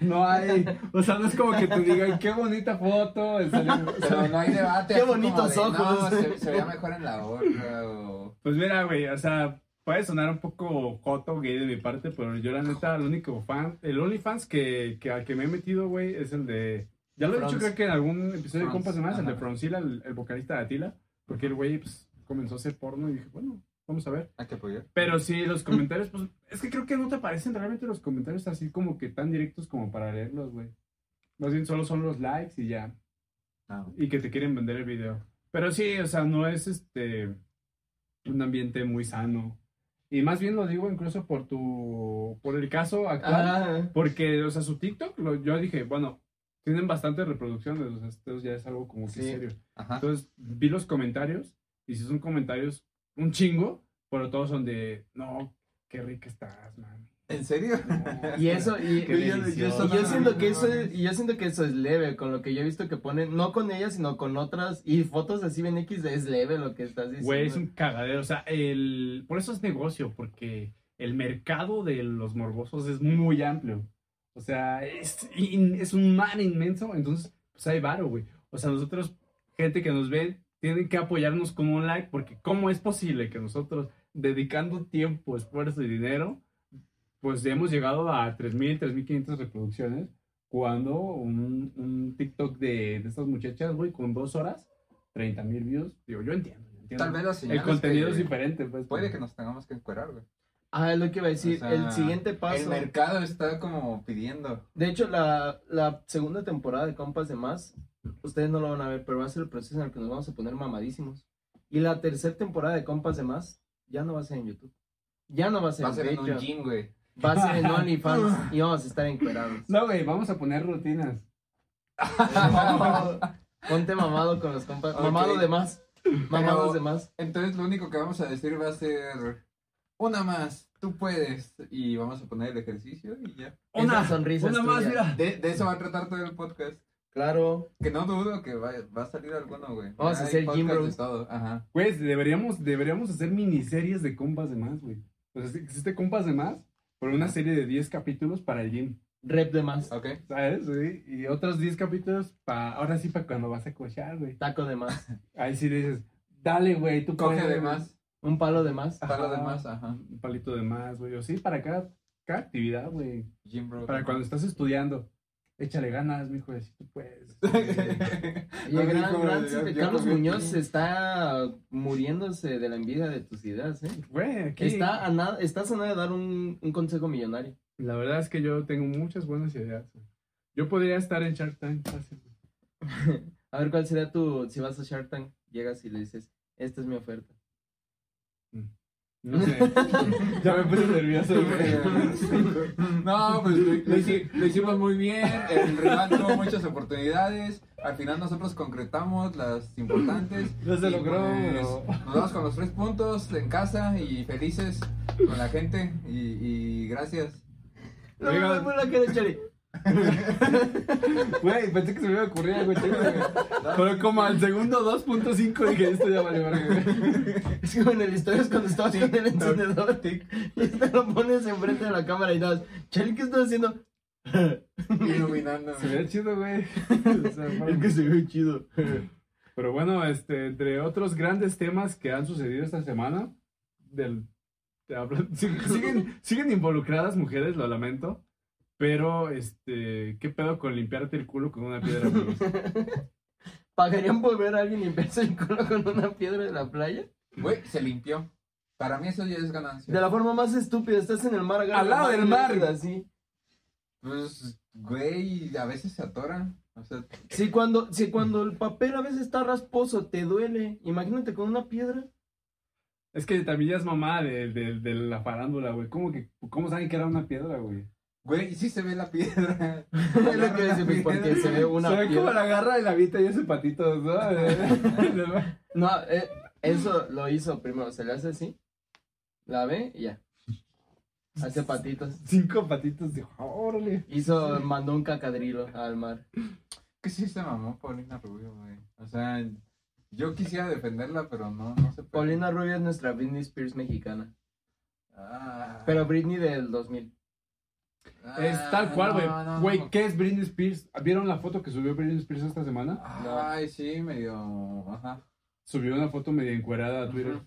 S1: no hay. O sea, no es como que te digan, qué bonita foto. el salió-
S2: Pero no hay debate.
S3: Qué
S2: así como
S3: bonitos
S2: de,
S3: ojos".
S2: No, se, se veía mejor en la otra. o-
S1: Pues mira, güey, o sea, puede sonar un poco joto, gay de mi parte, pero yo la neta, el único fan, el OnlyFans que, que al que me he metido, güey, es el de... Ya lo he dicho,
S3: Franz.
S1: creo que en algún episodio de
S2: Franz,
S1: Compas más, el de
S2: ajá.
S1: Froncila, el, el vocalista de Atila, porque el güey pues, comenzó a hacer porno y dije, bueno, vamos a ver.
S2: Hay que apoyar.
S1: Pero sí, los comentarios, pues, es que creo que no te aparecen realmente los comentarios así como que tan directos como para leerlos, güey. Más bien solo son los likes y ya
S2: No.
S1: y que te quieren vender el video. Pero sí, o sea, no es este un ambiente muy sano. Y más bien lo digo incluso por tu por el caso actual,
S3: Ah,
S1: porque o sea, su TikTok lo- yo dije, bueno, tienen bastantes reproducciones, o sea, esto ya es algo como que
S3: Sí.
S1: serio.
S2: Ajá.
S1: Entonces, vi los comentarios y si son comentarios un chingo, pero todos son de, "No, qué rica estás, man."
S2: ¿En serio?
S1: No,
S3: y eso, y,
S1: Qué
S3: y yo-
S1: delicioso.
S3: y yo siento que eso
S2: es
S3: es, y yo siento que eso es leve, con lo que yo he visto que ponen, no con ella, sino con otras, y fotos así bien X, es leve lo que estás diciendo.
S1: Güey, es un cagadero. O sea, el... por eso es negocio, porque el mercado de los morbosos es muy amplio. O sea, es, in- es un mar inmenso, entonces, pues hay varo, güey. O sea, nosotros, gente que nos ve, tienen que apoyarnos con un like, porque ¿cómo es posible que nosotros, dedicando tiempo, esfuerzo y dinero, pues hemos llegado a 3.000, 3.500 reproducciones, cuando un, un TikTok de, de estas muchachas, güey, con dos horas, 30.000 views, digo, yo entiendo. yo entiendo.
S2: Tal vez las
S1: El
S2: señales
S1: contenido
S2: que-
S1: es diferente, pues.
S2: Puede que nos tengamos que encuerar, güey.
S3: Ah, es lo que iba a decir,
S2: O sea,
S3: el siguiente
S2: El
S3: paso.
S2: mercado está como pidiendo.
S3: De hecho, la, la segunda temporada de Compas de Más, ustedes no lo van a ver, pero va a ser el proceso en el que nos vamos a poner mamadísimos. Y la tercera temporada de Compas de Más ya no va a ser en YouTube. Ya no va a ser
S2: Va a ser
S3: en
S2: en un
S3: Patreon.
S2: gym, güey.
S3: Va a ser en OnlyFans y vamos a estar encuerados.
S1: No, güey, vamos a poner rutinas.
S3: Ponte mamado con los compas.
S2: Ok.
S3: Mamado de más. Mamados de más.
S2: Entonces lo único que vamos a decir va a ser una más, tú puedes. Y vamos a poner el ejercicio y ya.
S3: Esa
S1: Una,
S3: sonrisa
S1: una
S3: es
S1: más,
S3: tuya.
S1: mira.
S2: De, de eso va a tratar todo el podcast.
S3: Claro.
S2: Que no dudo que va, va a salir alguno, güey.
S3: Vamos a
S2: Hay
S3: hacer
S2: podcast
S3: gym
S2: de
S3: bros.
S2: todo, Ajá.
S1: Pues deberíamos, deberíamos hacer miniseries de compas de más, güey. O sea, si existe compas de más, pero una serie de 10 capítulos para el gym.
S3: Rep de más.
S2: Ok.
S1: ¿Sabes? Sí, Y otros 10 capítulos para, ahora sí, para cuando vas a cochar, güey.
S3: Taco de más.
S1: Ahí sí dices, dale, güey, tú
S2: Coge
S1: puedes,
S2: de más,
S3: Un palo de más.
S1: Ajá.
S2: para los demás, ajá.
S1: Un palito de más, güey. O sí, para cada, cada actividad, güey.
S2: Gym bro.
S1: Para cuando estás estudiando. Échale ganas, mijo, así tú puedes.
S3: Y
S2: No,
S3: el gran,
S2: dijo,
S3: gran
S2: ya-
S3: Cite-
S2: ya
S3: Carlos
S2: comí.
S3: Muñoz está muriéndose de la envidia de tus ideas, ¿eh?
S1: Güey, aquí.
S3: Está a nada, estás a nada de dar un, un consejo millonario.
S1: La verdad es que yo tengo muchas buenas ideas. güey. Yo podría estar en Shark Tank fácil.
S3: A ver cuál sería tu, si vas a Shark Tank, llegas y le dices, esta es mi oferta.
S1: No sé. ya me puse nervioso, güey.
S2: No, pues lo, lo hici- lo hicimos muy bien. El rival tuvo muchas oportunidades. Al final nosotros concretamos las importantes.
S1: No se
S2: Y,
S1: logró,
S2: pues, Nos vamos con los tres puntos en casa y felices con la gente. Y, y gracias.
S3: No,
S1: Oiga.
S3: me fue la cara, Charlie.
S1: Güey, pensé que se me iba a ocurrir algo chido, güey. Pero como al segundo 2.5 dije, esto ya vale verga, güey.
S3: Es como en el historias cuando estabas con el encendedor y te lo pones enfrente de la cámara y das, Charlie, ¿qué estás haciendo?
S2: Iluminando.
S1: Se veía chido, güey. O sea,
S3: El que se ve chido.
S1: Pero bueno, este, entre otros grandes temas que han sucedido esta semana, del, te hablo- sig- siguen, siguen involucradas mujeres, lo lamento, pero este, ¿qué pedo con limpiarte el culo con una piedra? amigos?
S3: ¿Pagarían por ver a alguien limpiarse el culo con una piedra de la playa?
S2: Güey, se limpió. Para mí eso ya es ganancia.
S3: De la forma más estúpida, estás en el mar. agarra
S1: Al lado
S3: la
S1: del
S3: mano y
S1: mar.
S3: Así.
S2: Pues, güey, a veces se atora. O sea,
S3: Si cuando, si cuando el papel a veces está rasposo, te duele, imagínate con una piedra.
S1: es que también ya es mamá de, de- de la farándula, güey. ¿Cómo, que, ¿Cómo saben que era una piedra, güey?
S2: güey, sí se ve la piedra.
S3: Es lo que voy a decir, porque se ve una
S1: Se ve
S3: piedra.
S1: como la garra y la vita y ese patito, ¿no?
S3: No, eh, eso lo hizo primero, se le hace así, la ve y ya. Hace patitas.
S1: Cinco patitos, dijo, "Ah, órale.
S3: Hizo, mandó un cacadrilo al mar.
S2: Que sí se mamó Paulina Rubio, güey. O sea, yo quisiera defenderla, pero no, no se puede.
S3: Paulina Rubio es nuestra Britney Spears mexicana.
S2: Ah.
S3: Pero Britney del 2000.
S1: Es
S3: Ah,
S1: tal cual, güey. Güey, ¿qué es Britney Spears? ¿Vieron la foto que subió Britney Spears esta semana?
S2: Ay, sí, medio. Ajá.
S1: Subió una foto medio encuerada a Twitter.
S2: Ujú.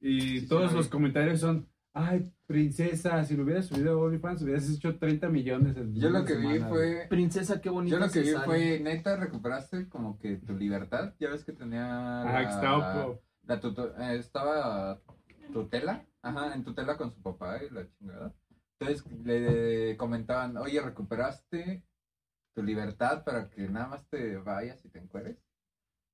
S1: Y
S2: Sí,
S1: todos
S2: sí,
S1: los
S2: sí.
S1: comentarios son, ay, princesa, si lo hubieras subido a OnlyFans, hubieras hecho 30 millones. en
S2: Yo
S1: una
S2: lo que vi
S1: semana".
S2: fue.
S3: Princesa, qué bonita
S2: Yo lo que vi
S3: Susana.
S2: fue, neta, recuperaste como que tu libertad. Ya ves que tenía.
S1: Ajá, que estaba, po-
S2: La tuto- eh, estaba tutela, ajá, en tutela con su papá y la chingada. Entonces le comentaban, oye, recuperaste tu libertad para que nada más te vayas y te encueres.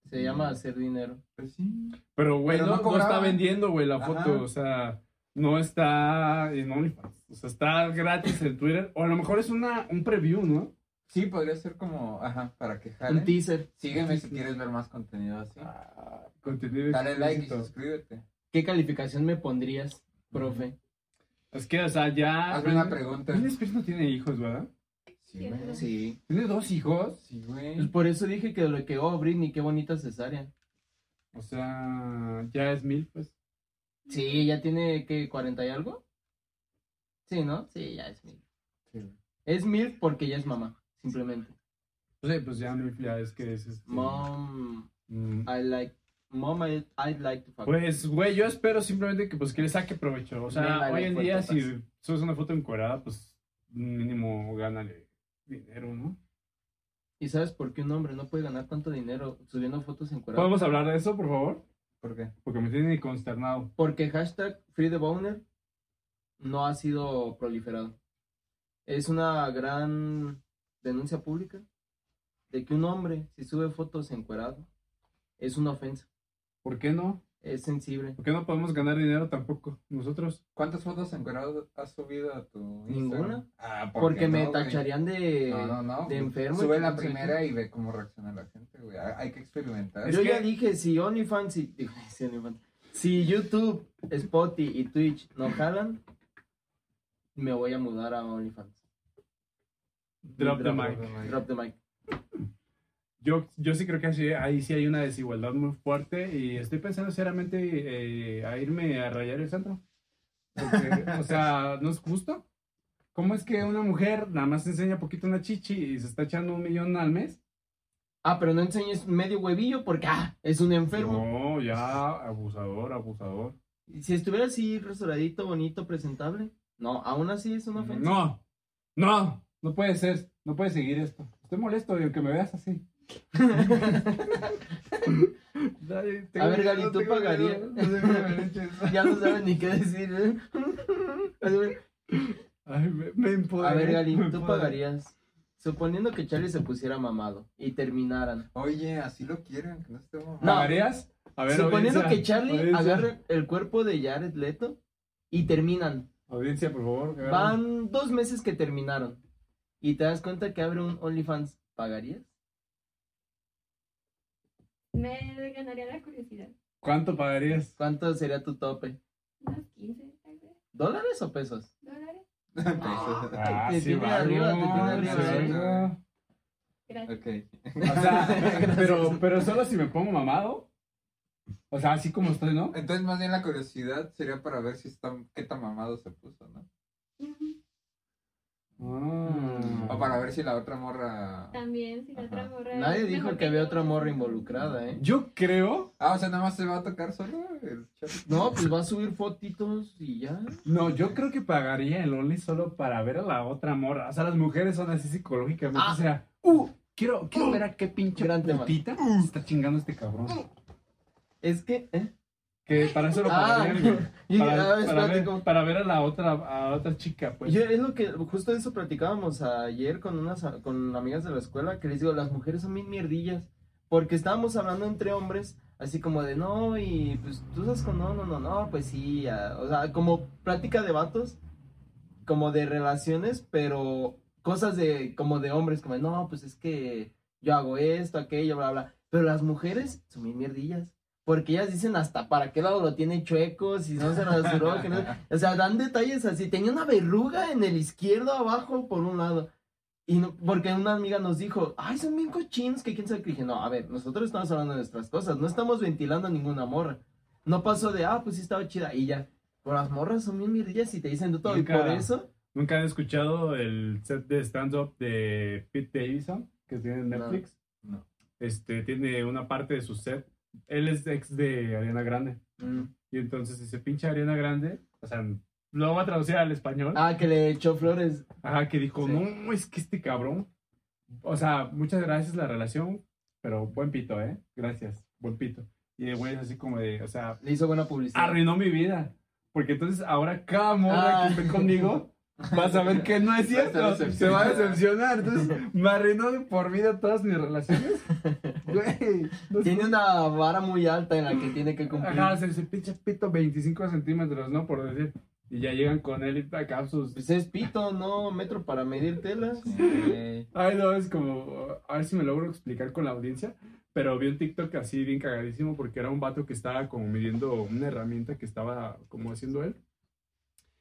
S3: Se llama hacer dinero.
S2: Pues sí.
S1: Pero, güey,
S2: Pero
S1: no,
S2: no
S1: no
S2: cobraba.
S1: está vendiendo, güey, la foto.
S2: Ajá.
S1: O sea, no está en OnlyFans. O sea, está gratis en Twitter. O a lo mejor es una, un preview, ¿no?
S2: Sí, podría ser como, ajá, para que
S3: Un
S2: jalen.
S3: teaser.
S2: Sígueme si quieres ver más contenido así.
S1: Contenido
S2: Ah. Dale like y
S1: explícito.
S2: suscríbete.
S3: ¿Qué calificación me pondrías, profe?
S1: Es que, o sea, ya.
S2: Hazme una pregunta.
S1: Britney Spears no tiene hijos, ¿verdad?
S2: Sí, güey.
S3: Sí.
S1: ¿Tiene dos hijos?
S2: Sí,
S3: Pues
S2: güey.
S3: por eso dije que lo que, oh, Britney, qué bonita cesárea.
S1: O sea, ya es mil, pues.
S3: Sí, ya tiene, ¿qué, 40 y algo? Sí, ¿no? Sí, ya es mil.
S2: Sí, güey.
S3: Es mil porque ya es mamá, simplemente.
S1: Sí, pues ya mil, ya es que es. este,
S3: Mom,
S1: mm.
S3: I like, mom, I, I'd like to fuck.
S1: Pues, güey, yo espero simplemente que, pues, que le saque provecho. O
S3: Denle
S1: sea,
S3: like,
S1: hoy en día,
S3: puertotas.
S1: si subes una foto encuerada, pues, mínimo gánale dinero, ¿no?
S3: ¿Y sabes por qué un hombre no puede ganar tanto dinero subiendo fotos en
S1: ¿Podemos hablar de eso, por favor?
S2: ¿Por qué?
S1: Porque me tiene consternado.
S3: Porque hashtag Free the Boner no ha sido proliferado. Es una gran denuncia pública de que un hombre, si sube fotos encuerado, es una ofensa,
S1: ¿Por qué no?
S3: es sensible.
S1: ¿Por qué no podemos ganar dinero tampoco nosotros?
S2: ¿Cuántas fotos encueradas has subido a tu Instagram?
S3: Ninguna.
S2: Ah, ¿por
S3: Porque
S2: qué
S3: me
S2: no, güey?
S3: tacharían de...
S2: No, no, no.
S3: de
S2: güey.
S3: enfermo y
S2: Sube
S3: que
S2: la
S3: no sé
S2: primera y ve cómo reacciona la gente, güey. Ah, Hay hay que experimentar.
S1: Es
S3: Yo
S1: que-
S3: ya dije, si OnlyFans, si, digo, si OnlyFans, si YouTube, Spotify y Twitch no jalan, me voy a mudar a OnlyFans.
S1: Drop the mic.
S3: Drop the mic.
S1: Yo, yo sí creo que así- ahí sí hay una desigualdad muy fuerte y estoy pensando seriamente eh, a irme a rayar el centro. Porque, o sea, no es justo. ¿Cómo es que una mujer nada más enseña poquito una chichi y se está echando un millón al mes?
S3: Ah, pero no enseñes medio huevillo porque ah, es un enfermo.
S1: No, ya, abusador, abusador.
S3: Si estuviera así restauradito, bonito, presentable, no, aún así es una ofensa.
S1: No, no, no puede ser, no puede seguir esto. Estoy molesto de que me veas así.
S3: A ver, Gali, ¿tú pagarías? ya no saben ni qué decir. ¿eh? A ver,
S1: Ay, me, me empoderé,
S3: A ver, Gali,
S1: me
S3: ¿tú
S1: empoderé.
S3: pagarías? Suponiendo que Charlie se pusiera mamado y terminaran.
S2: Oye, así lo quieren, que no esté mamado.
S3: No.
S1: ¿Pagarías? A ver,
S3: Suponiendo
S1: audiencia,
S3: que Charlie
S1: audiencia,
S3: agarre el cuerpo de Jared Leto y terminan.
S1: Audiencia, por favor. que agarre.
S3: Van dos meses que terminaron. Y te das cuenta que abre un OnlyFans. ¿Pagarías?
S4: Me ganaría la curiosidad.
S1: ¿Cuánto pagarías?
S3: ¿Cuánto sería tu tope?
S4: Unos 15, tal vez,
S3: ¿Dólares o pesos?
S4: dólares. Ah,
S2: Entonces,
S1: Ah,
S3: te tiene arriba, te tiene
S2: arriba,
S1: valgo.
S4: Gracias.
S2: ok.
S1: O sea, pero, pero solo si me pongo mamado. O sea, así como estoy, ¿no?
S2: Entonces, más bien la curiosidad sería para ver si está, qué tan mamado se puso, ¿no?
S4: Ujú.
S3: Mm.
S1: Ah.
S2: O para ver si la otra morra.
S4: También, si la
S2: Ajá.
S4: otra morra.
S3: Nadie
S4: Pues, es
S3: dijo
S4: mejor
S3: que había
S4: yo. pues,
S3: otra morra involucrada, ¿eh?
S1: Yo creo.
S2: Ah, o sea, nada más se va a tocar solo el chat.
S3: No, pues va a subir fotitos y ya.
S1: No, yo creo que pagaría el Only solo para ver a la otra morra. O sea, las mujeres son así psicológicamente.
S3: Ah.
S1: O sea, uh, quiero, quiero ver a qué pinche
S3: Gran tema. Uh.
S1: putita se está chingando este cabrón.
S3: Es que, ¿eh?
S1: Que para eso lo
S3: Ah,
S1: pagarían, güey.
S3: y-
S1: para,
S3: ah,
S1: para
S3: espérate,
S1: ver,
S3: como-
S1: para ver a la otra a otra chica, pues.
S3: Yo- es lo que, justo eso platicábamos ayer con unas a- con amigas de la escuela, que les digo, las mujeres son bien mierdillas, porque estábamos hablando entre hombres, así como de, no, y pues tú estás con, no, no, no, no, pues sí, ya", o sea, como plática de vatos, como de relaciones, pero cosas de, como de hombres, como de, no, pues es que yo hago esto, aquello, bla, bla, pero las mujeres son bien mierdillas. Porque ellas dicen hasta para qué lado lo tiene chueco, si no se rasuró, que no, o sea, dan detalles así. Tenía una verruga en el izquierdo abajo por un lado. Y no, porque una amiga nos dijo, ay, son bien cochinos, que quién sabe qué. Y Dije, no, a ver, nosotros estamos hablando de nuestras cosas, no estamos ventilando a ninguna morra. pues No pasó de, ah, pues sí estaba chida, y ya. Pero las morras son bien mirillas y te dicen de todo.
S1: Bien
S3: y por
S1: cara.
S3: eso
S1: ¿Nunca han escuchado el set de stand-up de Pete Davidson que tiene en
S3: No.
S1: Netflix?
S2: No.
S1: Este, tiene una parte de su set. Él es ex de Ariana Grande.
S3: Mm.
S1: Y entonces dice, pinche Ariana Grande, o sea, lo vamos a traducir al español.
S3: Ah, que le echó flores.
S1: Ajá, que dijo,
S3: Sí.
S1: no, es que este cabrón. O sea, muchas gracias la relación, pero buen pito, ¿eh? Gracias, buen pito. Y el güey es así como de, o sea,
S3: Le hizo buena publicidad.
S1: arruinó mi vida. Porque entonces ahora cada morra
S3: Ah.
S1: que esté conmigo va a saber que no es
S2: Va a estar
S1: cierto. Se va a decepcionar. Entonces me arruinó de por vida todas mis relaciones. Güey. no sé.
S3: Tiene una vara muy alta en la que tiene que cumplir.
S1: Ajá, se, se pinche pito 25 centímetros, ¿no? Por decir. Y ya llegan con él y acá sus
S3: Pues es pito, no metro para medir telas.
S2: Sí.
S1: Ay, no, es como, uh, a ver si me logro explicar con la audiencia, pero vi un TikTok así bien cagadísimo porque era un vato que estaba como midiendo una herramienta que estaba como haciendo él.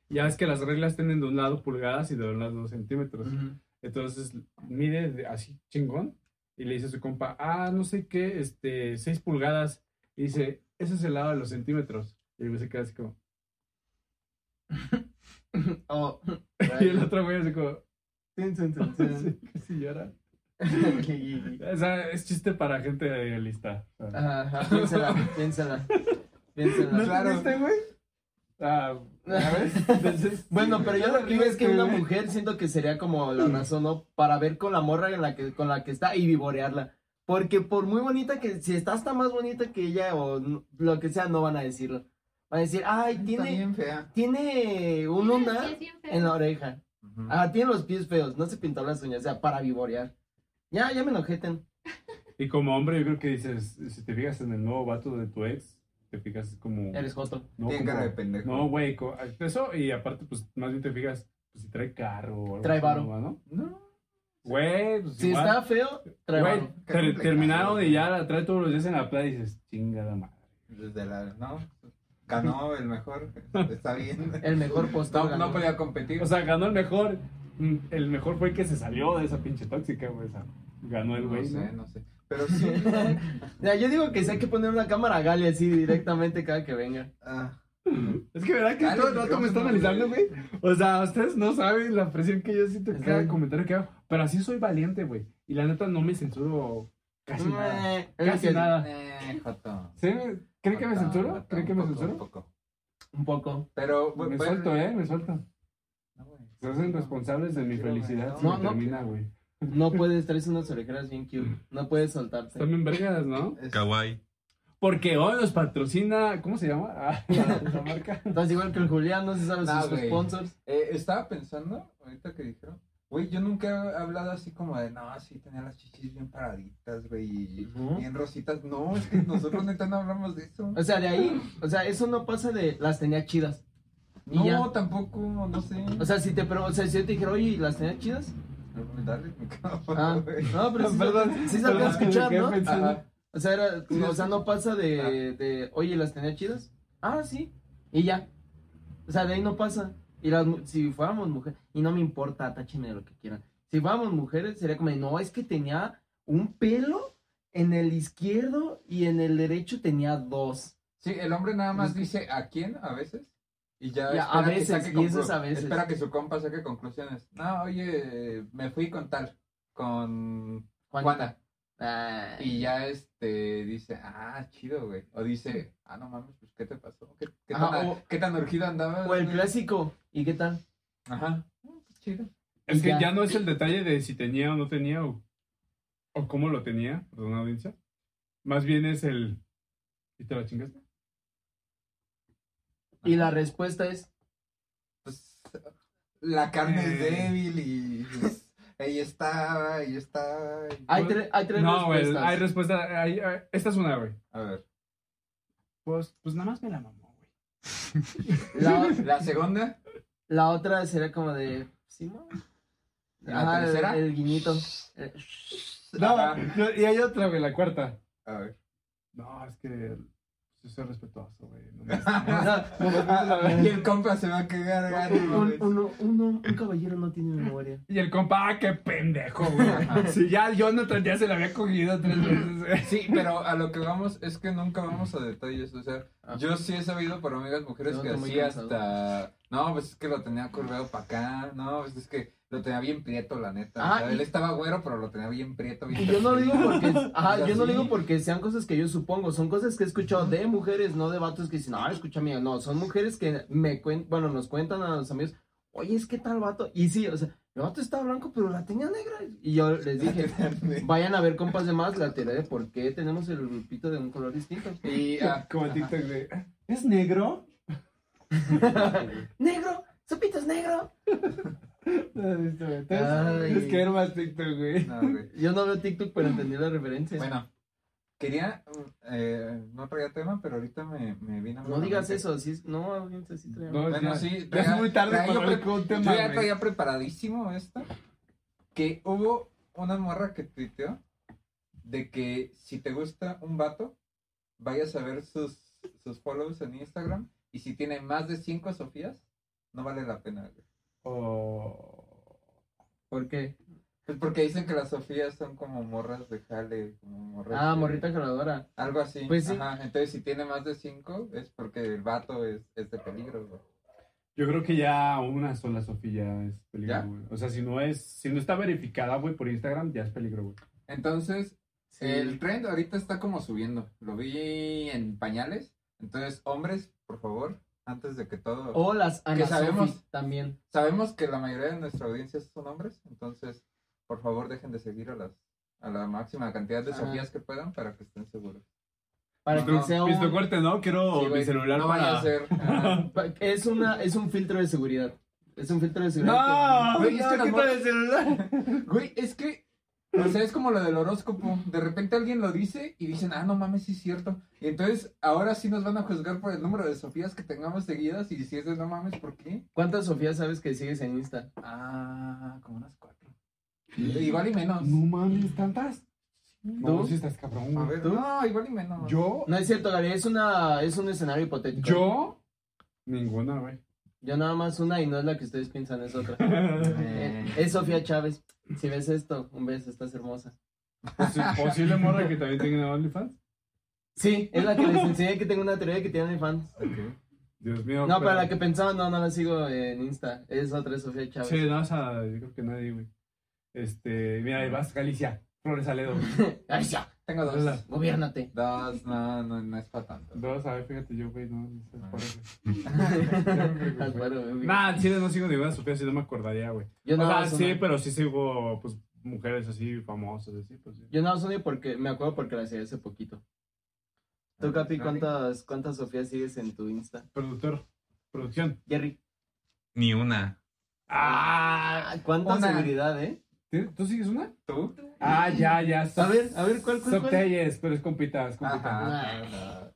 S1: Ya ves que las reglas tienen de un lado pulgadas y de un lado centímetros. Entonces mide de- así chingón y le dice a su compa, ah, no sé qué, este, 6 pulgadas. Y dice, ese es el lado de los centímetros. Y el güey se queda así como,
S3: Oh.
S1: y el otro güey así como,
S3: Tin, tin, tin, tin.
S1: casi llora.
S3: Gigi.
S1: O sea, es chiste para gente realista. O sea,
S3: Ajá, piénsala, piénsala.
S1: ¿No
S3: Piénsala.
S2: Claro.
S1: entendiste, güey? Ah, ¿ya ves? Entonces,
S3: Bueno,
S1: sí,
S3: pero yo
S1: güey.
S3: lo que digo es que una mujer siento que sería como la razón, ¿no? Para ver con la morra en la que, con la que está y vivorearla. Porque por muy bonita que, si está hasta más bonita que ella o n- lo que sea, no van a decirlo. Van a decir, ay,
S2: Está
S3: tiene,
S2: bien fea.
S3: tiene un
S4: Mira,
S3: lunar
S4: sí, es bien feo.
S3: en la oreja. Ah, tiene los pies feos, no se pintó las uñas, o sea, para vivorear. Ya, ya me enojeten.
S1: Y como hombre, yo creo que dices, si te fijas en el nuevo vato de tu ex, te fijas como...
S3: Eres joto.
S1: no,
S2: Tiene
S1: como-
S2: cara de pendejo.
S1: No, güey, co- ah, eso y aparte, pues, más bien te fijas pues, si trae carro o algo
S3: Trae
S1: así,
S3: varo.
S1: ¿no?
S2: No.
S1: Güey, pues
S3: Si
S1: igual,
S3: está feo, trae
S1: güey,
S3: varo.
S1: ter-
S2: complicado,
S1: terminaron y
S2: güey.
S1: ya la trae todos los días en la playa y dices, chingada madre.
S2: Desde la. No. Ganó el mejor. Está bien.
S3: El mejor postor.
S2: No,
S3: ganó.
S2: no podía competir.
S1: O sea, ganó el mejor. Mm, El mejor fue el que se salió de esa pinche tóxica, güey. o sea, ganó el
S2: no
S1: güey,
S2: sé,
S1: ¿no?
S2: no sé. Pero sí.
S3: Mira, yo digo que sí hay que poner una cámara a Gali así directamente cada que venga.
S2: ah,
S1: Es que verdad que
S2: Dale,
S1: todo el rato me está
S2: micrófono,
S1: analizando, güey. O sea, ustedes no saben la presión que yo siento en cada comentario que hago. Pero así soy valiente, güey. Y la neta no me censuro casi nada.
S3: Eh, es
S1: Casi
S3: que-
S1: nada.
S2: eh, joto.
S1: ¿Sí? ¿Creen que me
S2: Joto,
S1: censuro?
S2: joto,
S1: ¿Creen que
S2: un
S1: me
S2: poco, un
S1: censuro?
S2: poco.
S3: Un poco.
S2: Pero.
S1: Me
S2: bueno,
S1: suelto, ¿eh? Me suelto.
S2: no, güey.
S1: Se hacen responsables de mi
S2: Quiero
S1: felicidad.
S2: ver,
S1: si
S3: no,
S1: me
S3: no.
S1: termina, güey.
S3: No puedes, traes unas orejeras bien cute. No puedes soltarte.
S1: Están bien vergas, ¿no?
S2: Es-
S5: Kawaii.
S1: Porque hoy nos patrocina... ¿Cómo se llama? Ah, la, la marca.
S3: Estás igual que el Julián, no se sabe
S2: Nah,
S3: sus
S2: güey.
S3: sponsors.
S2: Eh, estaba pensando, ahorita que dijeron, güey, yo nunca he hablado así como de, no, sí, tenía las chichis bien paraditas, güey, y
S3: Ujú.
S2: bien rositas. No, es que nosotros neta no hablamos de eso.
S3: O sea, de ahí, o sea, eso no pasa de las tenía chidas. y
S2: No,
S3: ya.
S2: tampoco, no sé.
S3: O sea, si te pero, o sea, si yo te dijera, oye, ¿las tenía chidas?
S2: Dale, me cago,
S3: Ah,
S2: güey.
S3: no, pero sí,
S1: Perdón.
S3: sí se alcanza a
S1: Perdón,
S3: escuchar,
S1: me quedé
S3: ¿no?
S1: pensando.
S2: Ajá.
S3: O sea, era,
S2: Sí,
S3: o
S2: sí,
S3: sea, no pasa de,
S2: Ah.
S3: de, oye, ¿las tenía chidas? Ah, sí. Y ya. O sea, de ahí no pasa. Y las, mu- si fuéramos mujeres, y no me importa, táchenme de lo que quieran. Si fuéramos mujeres, sería como, de, no, es que tenía un pelo en el izquierdo y en el derecho tenía dos.
S2: Sí, el hombre nada más dice a quién a veces. Y ya,
S3: Ya,
S2: espera
S3: a
S2: que
S3: veces,
S2: saque
S3: y eso
S2: conclu-
S3: es a veces.
S2: Espera que su compa saque conclusiones. No, oye, me fui con tal, con Juana.
S3: Ah,
S2: Y ya este dice, ah, chido, güey. O dice, ah, no mames, pues, ¿qué te pasó? ¿Qué, qué
S3: Ajá,
S2: tan,
S3: o-
S2: ¿qué tan urgido andabas?
S3: O el
S2: güey?"
S3: clásico, ¿y qué tal?
S2: Ajá. "Ah, pues, Chido.
S1: Es que
S3: Ya.
S1: ya no es el detalle de si tenía o no tenía o, o cómo lo tenía, perdón, audiencia. Más bien es el. ¿Y te la chingaste?
S3: Y la respuesta es,
S2: Pues, la carne es
S1: Eh.
S2: débil y pues, ahí está, ahí está. y-
S3: hay,
S1: Pues,
S3: tre- hay tres
S1: No, güey,
S3: respuestas.
S1: hay respuesta. hay- hay- esta es una, güey.
S2: A ver.
S1: Pues, pues nada más me la mamó, güey.
S3: la,
S2: La segunda,
S3: La otra sería como de. Simón.
S2: ¿La tercera?
S3: El, el guiñito. Eh,
S1: No,
S2: Ajá.
S1: no, y hay otra, güey, la cuarta.
S2: a ver.
S1: No, es que. Yo soy respetuoso, güey. no me- no,
S2: y el compa se va a cagar. ah, no
S3: un,
S2: mames.
S3: uno- uno- un caballero no tiene memoria.
S1: Y el compa, ah, qué pendejo, güey. Si ya el Jonathan ya se la había cogido tres veces, güey.
S2: Sí, pero a lo que vamos es que nunca vamos a detalles. O sea,
S3: Ah.
S2: Yo sí he sabido por amigas mujeres
S3: Yo
S2: que
S3: ando muy
S2: así
S3: cansado.
S2: hasta. No, pues es que lo tenía curvado para acá. No, pues es que lo tenía bien prieto, la neta. O
S3: Ah,
S2: sea, Él
S3: y-
S2: estaba güero, pero lo tenía bien prieto. Bien
S3: Y yo no lo digo
S2: perfilado.
S3: porque, ajá,
S2: Y
S3: yo no lo
S2: así.
S3: digo porque sean cosas que yo supongo, son cosas que he escuchado de mujeres, no de vatos que dicen, ah, escucha mío, no, son mujeres que me cuentan, bueno, nos cuentan a los amigos, oye, es que tal vato, y sí, o sea, el vato está blanco, pero la tenía negra, y yo les dije, vayan a ver compas de más la teoría de por qué tenemos el grupito de un color distinto.
S2: Y ah,
S1: Como el TikTok de. ¿Es negro?
S3: ¡Negro! ¡Sopitos negro!
S1: Ah, Tienes
S3: Ay.
S1: tienes que ver más TikTok, güey.
S2: no, güey.
S3: Yo no veo TikTok, pero entendí la referencia.
S2: Bueno, quería. eh, no traía tema, pero ahorita me, me vino. a
S3: no
S2: la
S3: digas
S2: mente.
S3: eso, sí, no, ahorita sí traemos.
S1: No,
S2: Bueno,
S1: ya-
S2: sí,
S1: Ya es muy tarde
S2: traía-
S1: para
S2: yo
S1: hablar
S2: pre-
S1: con un
S2: Yo
S1: tema,
S2: ya
S1: güey.
S2: traía preparadísimo esta. Que hubo una morra que tuiteó de que si te gusta un vato, vayas a ver sus, sus follows en Instagram. Y si tiene más de 5 Sofías, no vale la pena. güey.
S1: Oh.
S3: ¿Por qué?
S2: Pues porque dicen que las Sofías son como morras de jale, como morras.
S3: Ah,
S2: de-
S3: morrita jaladora.
S2: Algo así.
S3: Pues sí.
S2: Ajá, Entonces, si tiene más de 5, es porque el vato es, es de peligro. güey.
S1: Yo creo que ya una sola Sofía es
S2: ¿Ya?
S1: peligro, güey. O sea, si no es, si no está verificada, güey, por Instagram, ya es peligro, güey.
S2: Entonces,
S3: Sí.
S2: El trend ahorita está como subiendo. Lo vi en pañales. Entonces, hombres, por favor, antes de que todo.
S1: Oh.
S3: O las Ana
S2: sabemos.
S3: Sofi también.
S2: Sabemos que la mayoría de nuestra audiencia son hombres. Entonces, por favor, dejen de seguir a las a la máxima cantidad de
S1: Ah.
S3: Ajá.
S2: Sofías que puedan para que estén seguros.
S3: Para que
S1: Visto-
S3: sea
S1: visto
S3: un...
S1: corte, ¿no? Quiero
S2: Sí, güey,
S1: mi celular
S2: no vaya
S1: para...
S2: a ser. ah. ajá.
S3: pa- Es, una, es un filtro de seguridad. Es un filtro de seguridad.
S1: ¡No!
S2: Güey, es
S1: no,
S2: que las
S1: quita
S2: morras-
S1: el celular!
S2: Güey, es que. O sea, es como lo del horóscopo. De repente alguien lo dice y dicen, ah, no mames, sí es cierto. Y entonces, ahora sí nos van a juzgar por el número de Sofías que tengamos seguidas. Y si es de no mames, ¿por qué?
S3: ¿Cuántas Sofías sabes que sigues en Insta?
S2: Ah, como unas cuatro. Igual y menos.
S1: No mames, ¿tantas? No,
S3: ¿Tú?
S1: sí estás cabrón,
S2: A
S1: güey.
S2: ver,
S3: ¿Tú?
S2: no, igual y menos.
S1: Yo,
S3: No es cierto, Gary, es, una, es un escenario hipotético.
S1: yo, ninguna, güey.
S3: Yo nada más una y no es la que ustedes piensan, es otra. Eh,
S2: Eh,
S3: es Sofía Chávez. Si ves esto, un beso, estás hermosa.
S1: Posi- Posible morra que también tenga OnlyFans.
S3: Sí, es la que les enseñé que tengo una teoría que tiene fans.
S2: ok.
S1: Dios mío.
S3: No,
S1: pero-
S3: para la que pensaba, no, no la sigo en Insta. Es otra Sofía Chávez.
S1: Sí, no, o sea, yo creo que nadie, güey. Este, mira, ahí vas, Galicia, Flores Aledo.
S3: Ay, ya,
S2: Tengo dos.
S1: Hola.
S3: gobiérnate.
S2: Dos, no, no, no es para tanto.
S1: Dos, a ver, fíjate yo, güey, no, no sé,
S3: Ah,
S1: por eso.
S3: Álvaro, güey.
S1: Nah, al chile no sigo ninguna Sofía, si no me acordaría, güey.
S3: Yo
S1: o
S3: nada
S1: sea,
S3: más
S1: sí,
S3: una.
S1: pero sí sigo, pues, mujeres así famosas, así, pues sí.
S3: Yo no soy porque me acuerdo porque la seguí hace poquito. Tú,
S1: Ah,
S3: Capi, ¿cuántas, cuántas Sofías sigues en tu Insta?
S1: Productor, producción.
S3: Jerry.
S5: Ni una.
S1: ¡Ah!
S3: ¿Cuánta
S2: Una.
S3: seguridad, eh?
S1: ¿Tú tú sigues una?
S2: ¿Tú?
S4: Tú.
S1: Ah, ya, ya.
S3: A ver, a ver, ¿cuál, cuál, cuál?
S1: Subtelles, pero es compita, es compita.
S2: Ajá. ajá.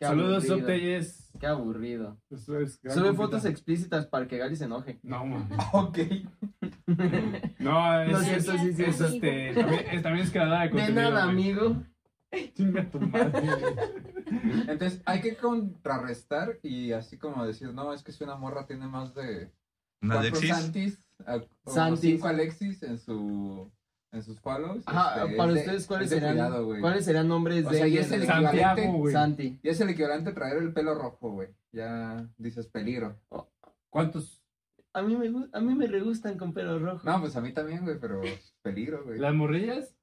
S3: Qué
S1: Ah, Saludos,
S3: aburrido.
S1: Subtelles.
S3: Qué aburrido.
S1: Pues, es gran
S3: Sube
S1: compita.
S3: fotos explícitas para que Gary se enoje.
S1: No, man.
S2: Ok.
S1: No, es,
S3: No es
S1: es-
S3: cierto, sí, sí.
S1: es, este, también, es, también es creadora de
S3: De
S1: contenido.
S3: nada,
S1: güey.
S3: amigo.
S1: Chinga tu madre.
S2: Entonces, hay que contrarrestar y así como decir, no, es que si una morra tiene más de
S5: Una
S2: cuatro
S5: Alexis.
S2: Santis, a- o
S3: Santis.
S2: cinco Alexis en su en sus follows.
S3: Ajá,
S2: este,
S3: para
S2: es de-
S3: ustedes, ¿cuáles
S2: es de
S3: serían,
S2: cuidado, güey.
S3: ¿cuáles serían nombres
S2: O
S3: de
S2: sea, y
S3: ella?
S2: es el
S1: Santiago,
S2: equivalente.
S1: güey.
S3: Santi?
S2: Y es el equivalente a traer el pelo rojo, güey. Ya dices peligro.
S1: ¿Cuántos?
S3: A mí me, gu- a mí me regustan con pelo rojo.
S2: No, pues a mí también, güey, pero peligro, güey.
S1: ¿Las morrillas?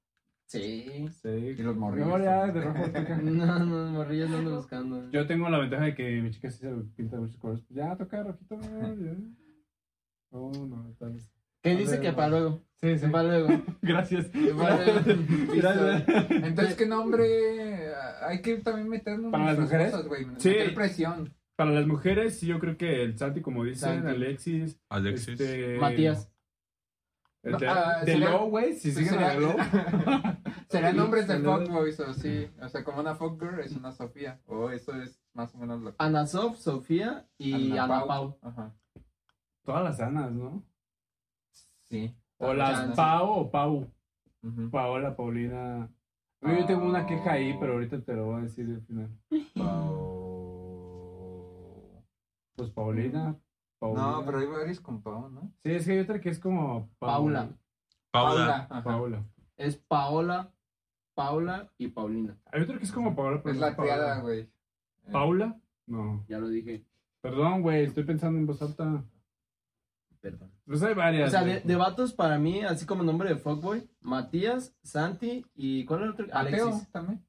S3: Sí.
S1: Sí.
S2: Y los morrillos.
S1: No, ya, de
S2: también.
S1: rojo toca.
S3: No, no, morrillas no ando buscando.
S1: Yo tengo la ventaja de que mi chica sí se pinta de muchos colores. Pues Ya, toca rojito. güey, ya. No, no, está bien.
S3: ¿Qué
S1: a
S3: dice
S1: ver,
S3: que
S1: no.
S3: para luego?
S1: Sí, sí.
S3: Para luego.
S1: Gracias.
S3: Para luego.
S1: Gracias.
S2: Entonces, ¿qué nombre? Hay que también meternos
S1: ¿Para las
S2: nuestras
S1: mujeres?
S2: cosas, güey.
S1: Sí.
S2: Meter presión.
S1: Para las mujeres, sí, yo creo que el Santi, como dicen,
S3: Santi.
S1: Alexis.
S5: Alexis.
S1: este,
S3: Matías.
S1: el de,
S2: No, ah,
S1: de
S2: sería-
S1: Low, güey. Si siguen a
S2: Será-
S1: la Low.
S2: Serán nombres de
S1: Saludos.
S2: fuckboys o sí. O sea, como una fuckgirl es una Sofía. O eso es más o menos lo que.
S3: Ana Sof, Sofía y
S2: Ana
S3: Ana,
S2: Pau.
S3: Pau.
S2: Ajá.
S1: Todas las sanas, ¿no?
S2: Sí.
S1: O las
S2: Chance.
S1: Pau o Pau.
S2: Ujú.
S1: Paola, Paulina. Oye, Yo tengo una queja ahí, pero ahorita te lo voy a decir al final.
S2: Pau.
S1: Pues Paulina. Paulina.
S2: No, pero hay varios con Pau, ¿no?
S1: Sí, es que hay otra que es como.
S3: Paula.
S5: Paula.
S2: Ajá.
S1: Paula.
S3: Es Paola, Paula y Paulina.
S1: Hay otra que es como Paola, pero
S2: Es
S1: no
S2: la
S1: Paola.
S2: criada, güey. Eh,
S1: ¿Paula? No.
S3: Ya lo dije.
S1: Perdón, güey, estoy pensando en voz alta.
S3: Perdón.
S1: Pues hay varias.
S3: O sea, de,
S1: güey.
S3: de vatos para mí, así como nombre de fuckboy, Matías, Santi y ¿cuál era el otro?
S2: Mateo
S3: Alexis.
S2: también.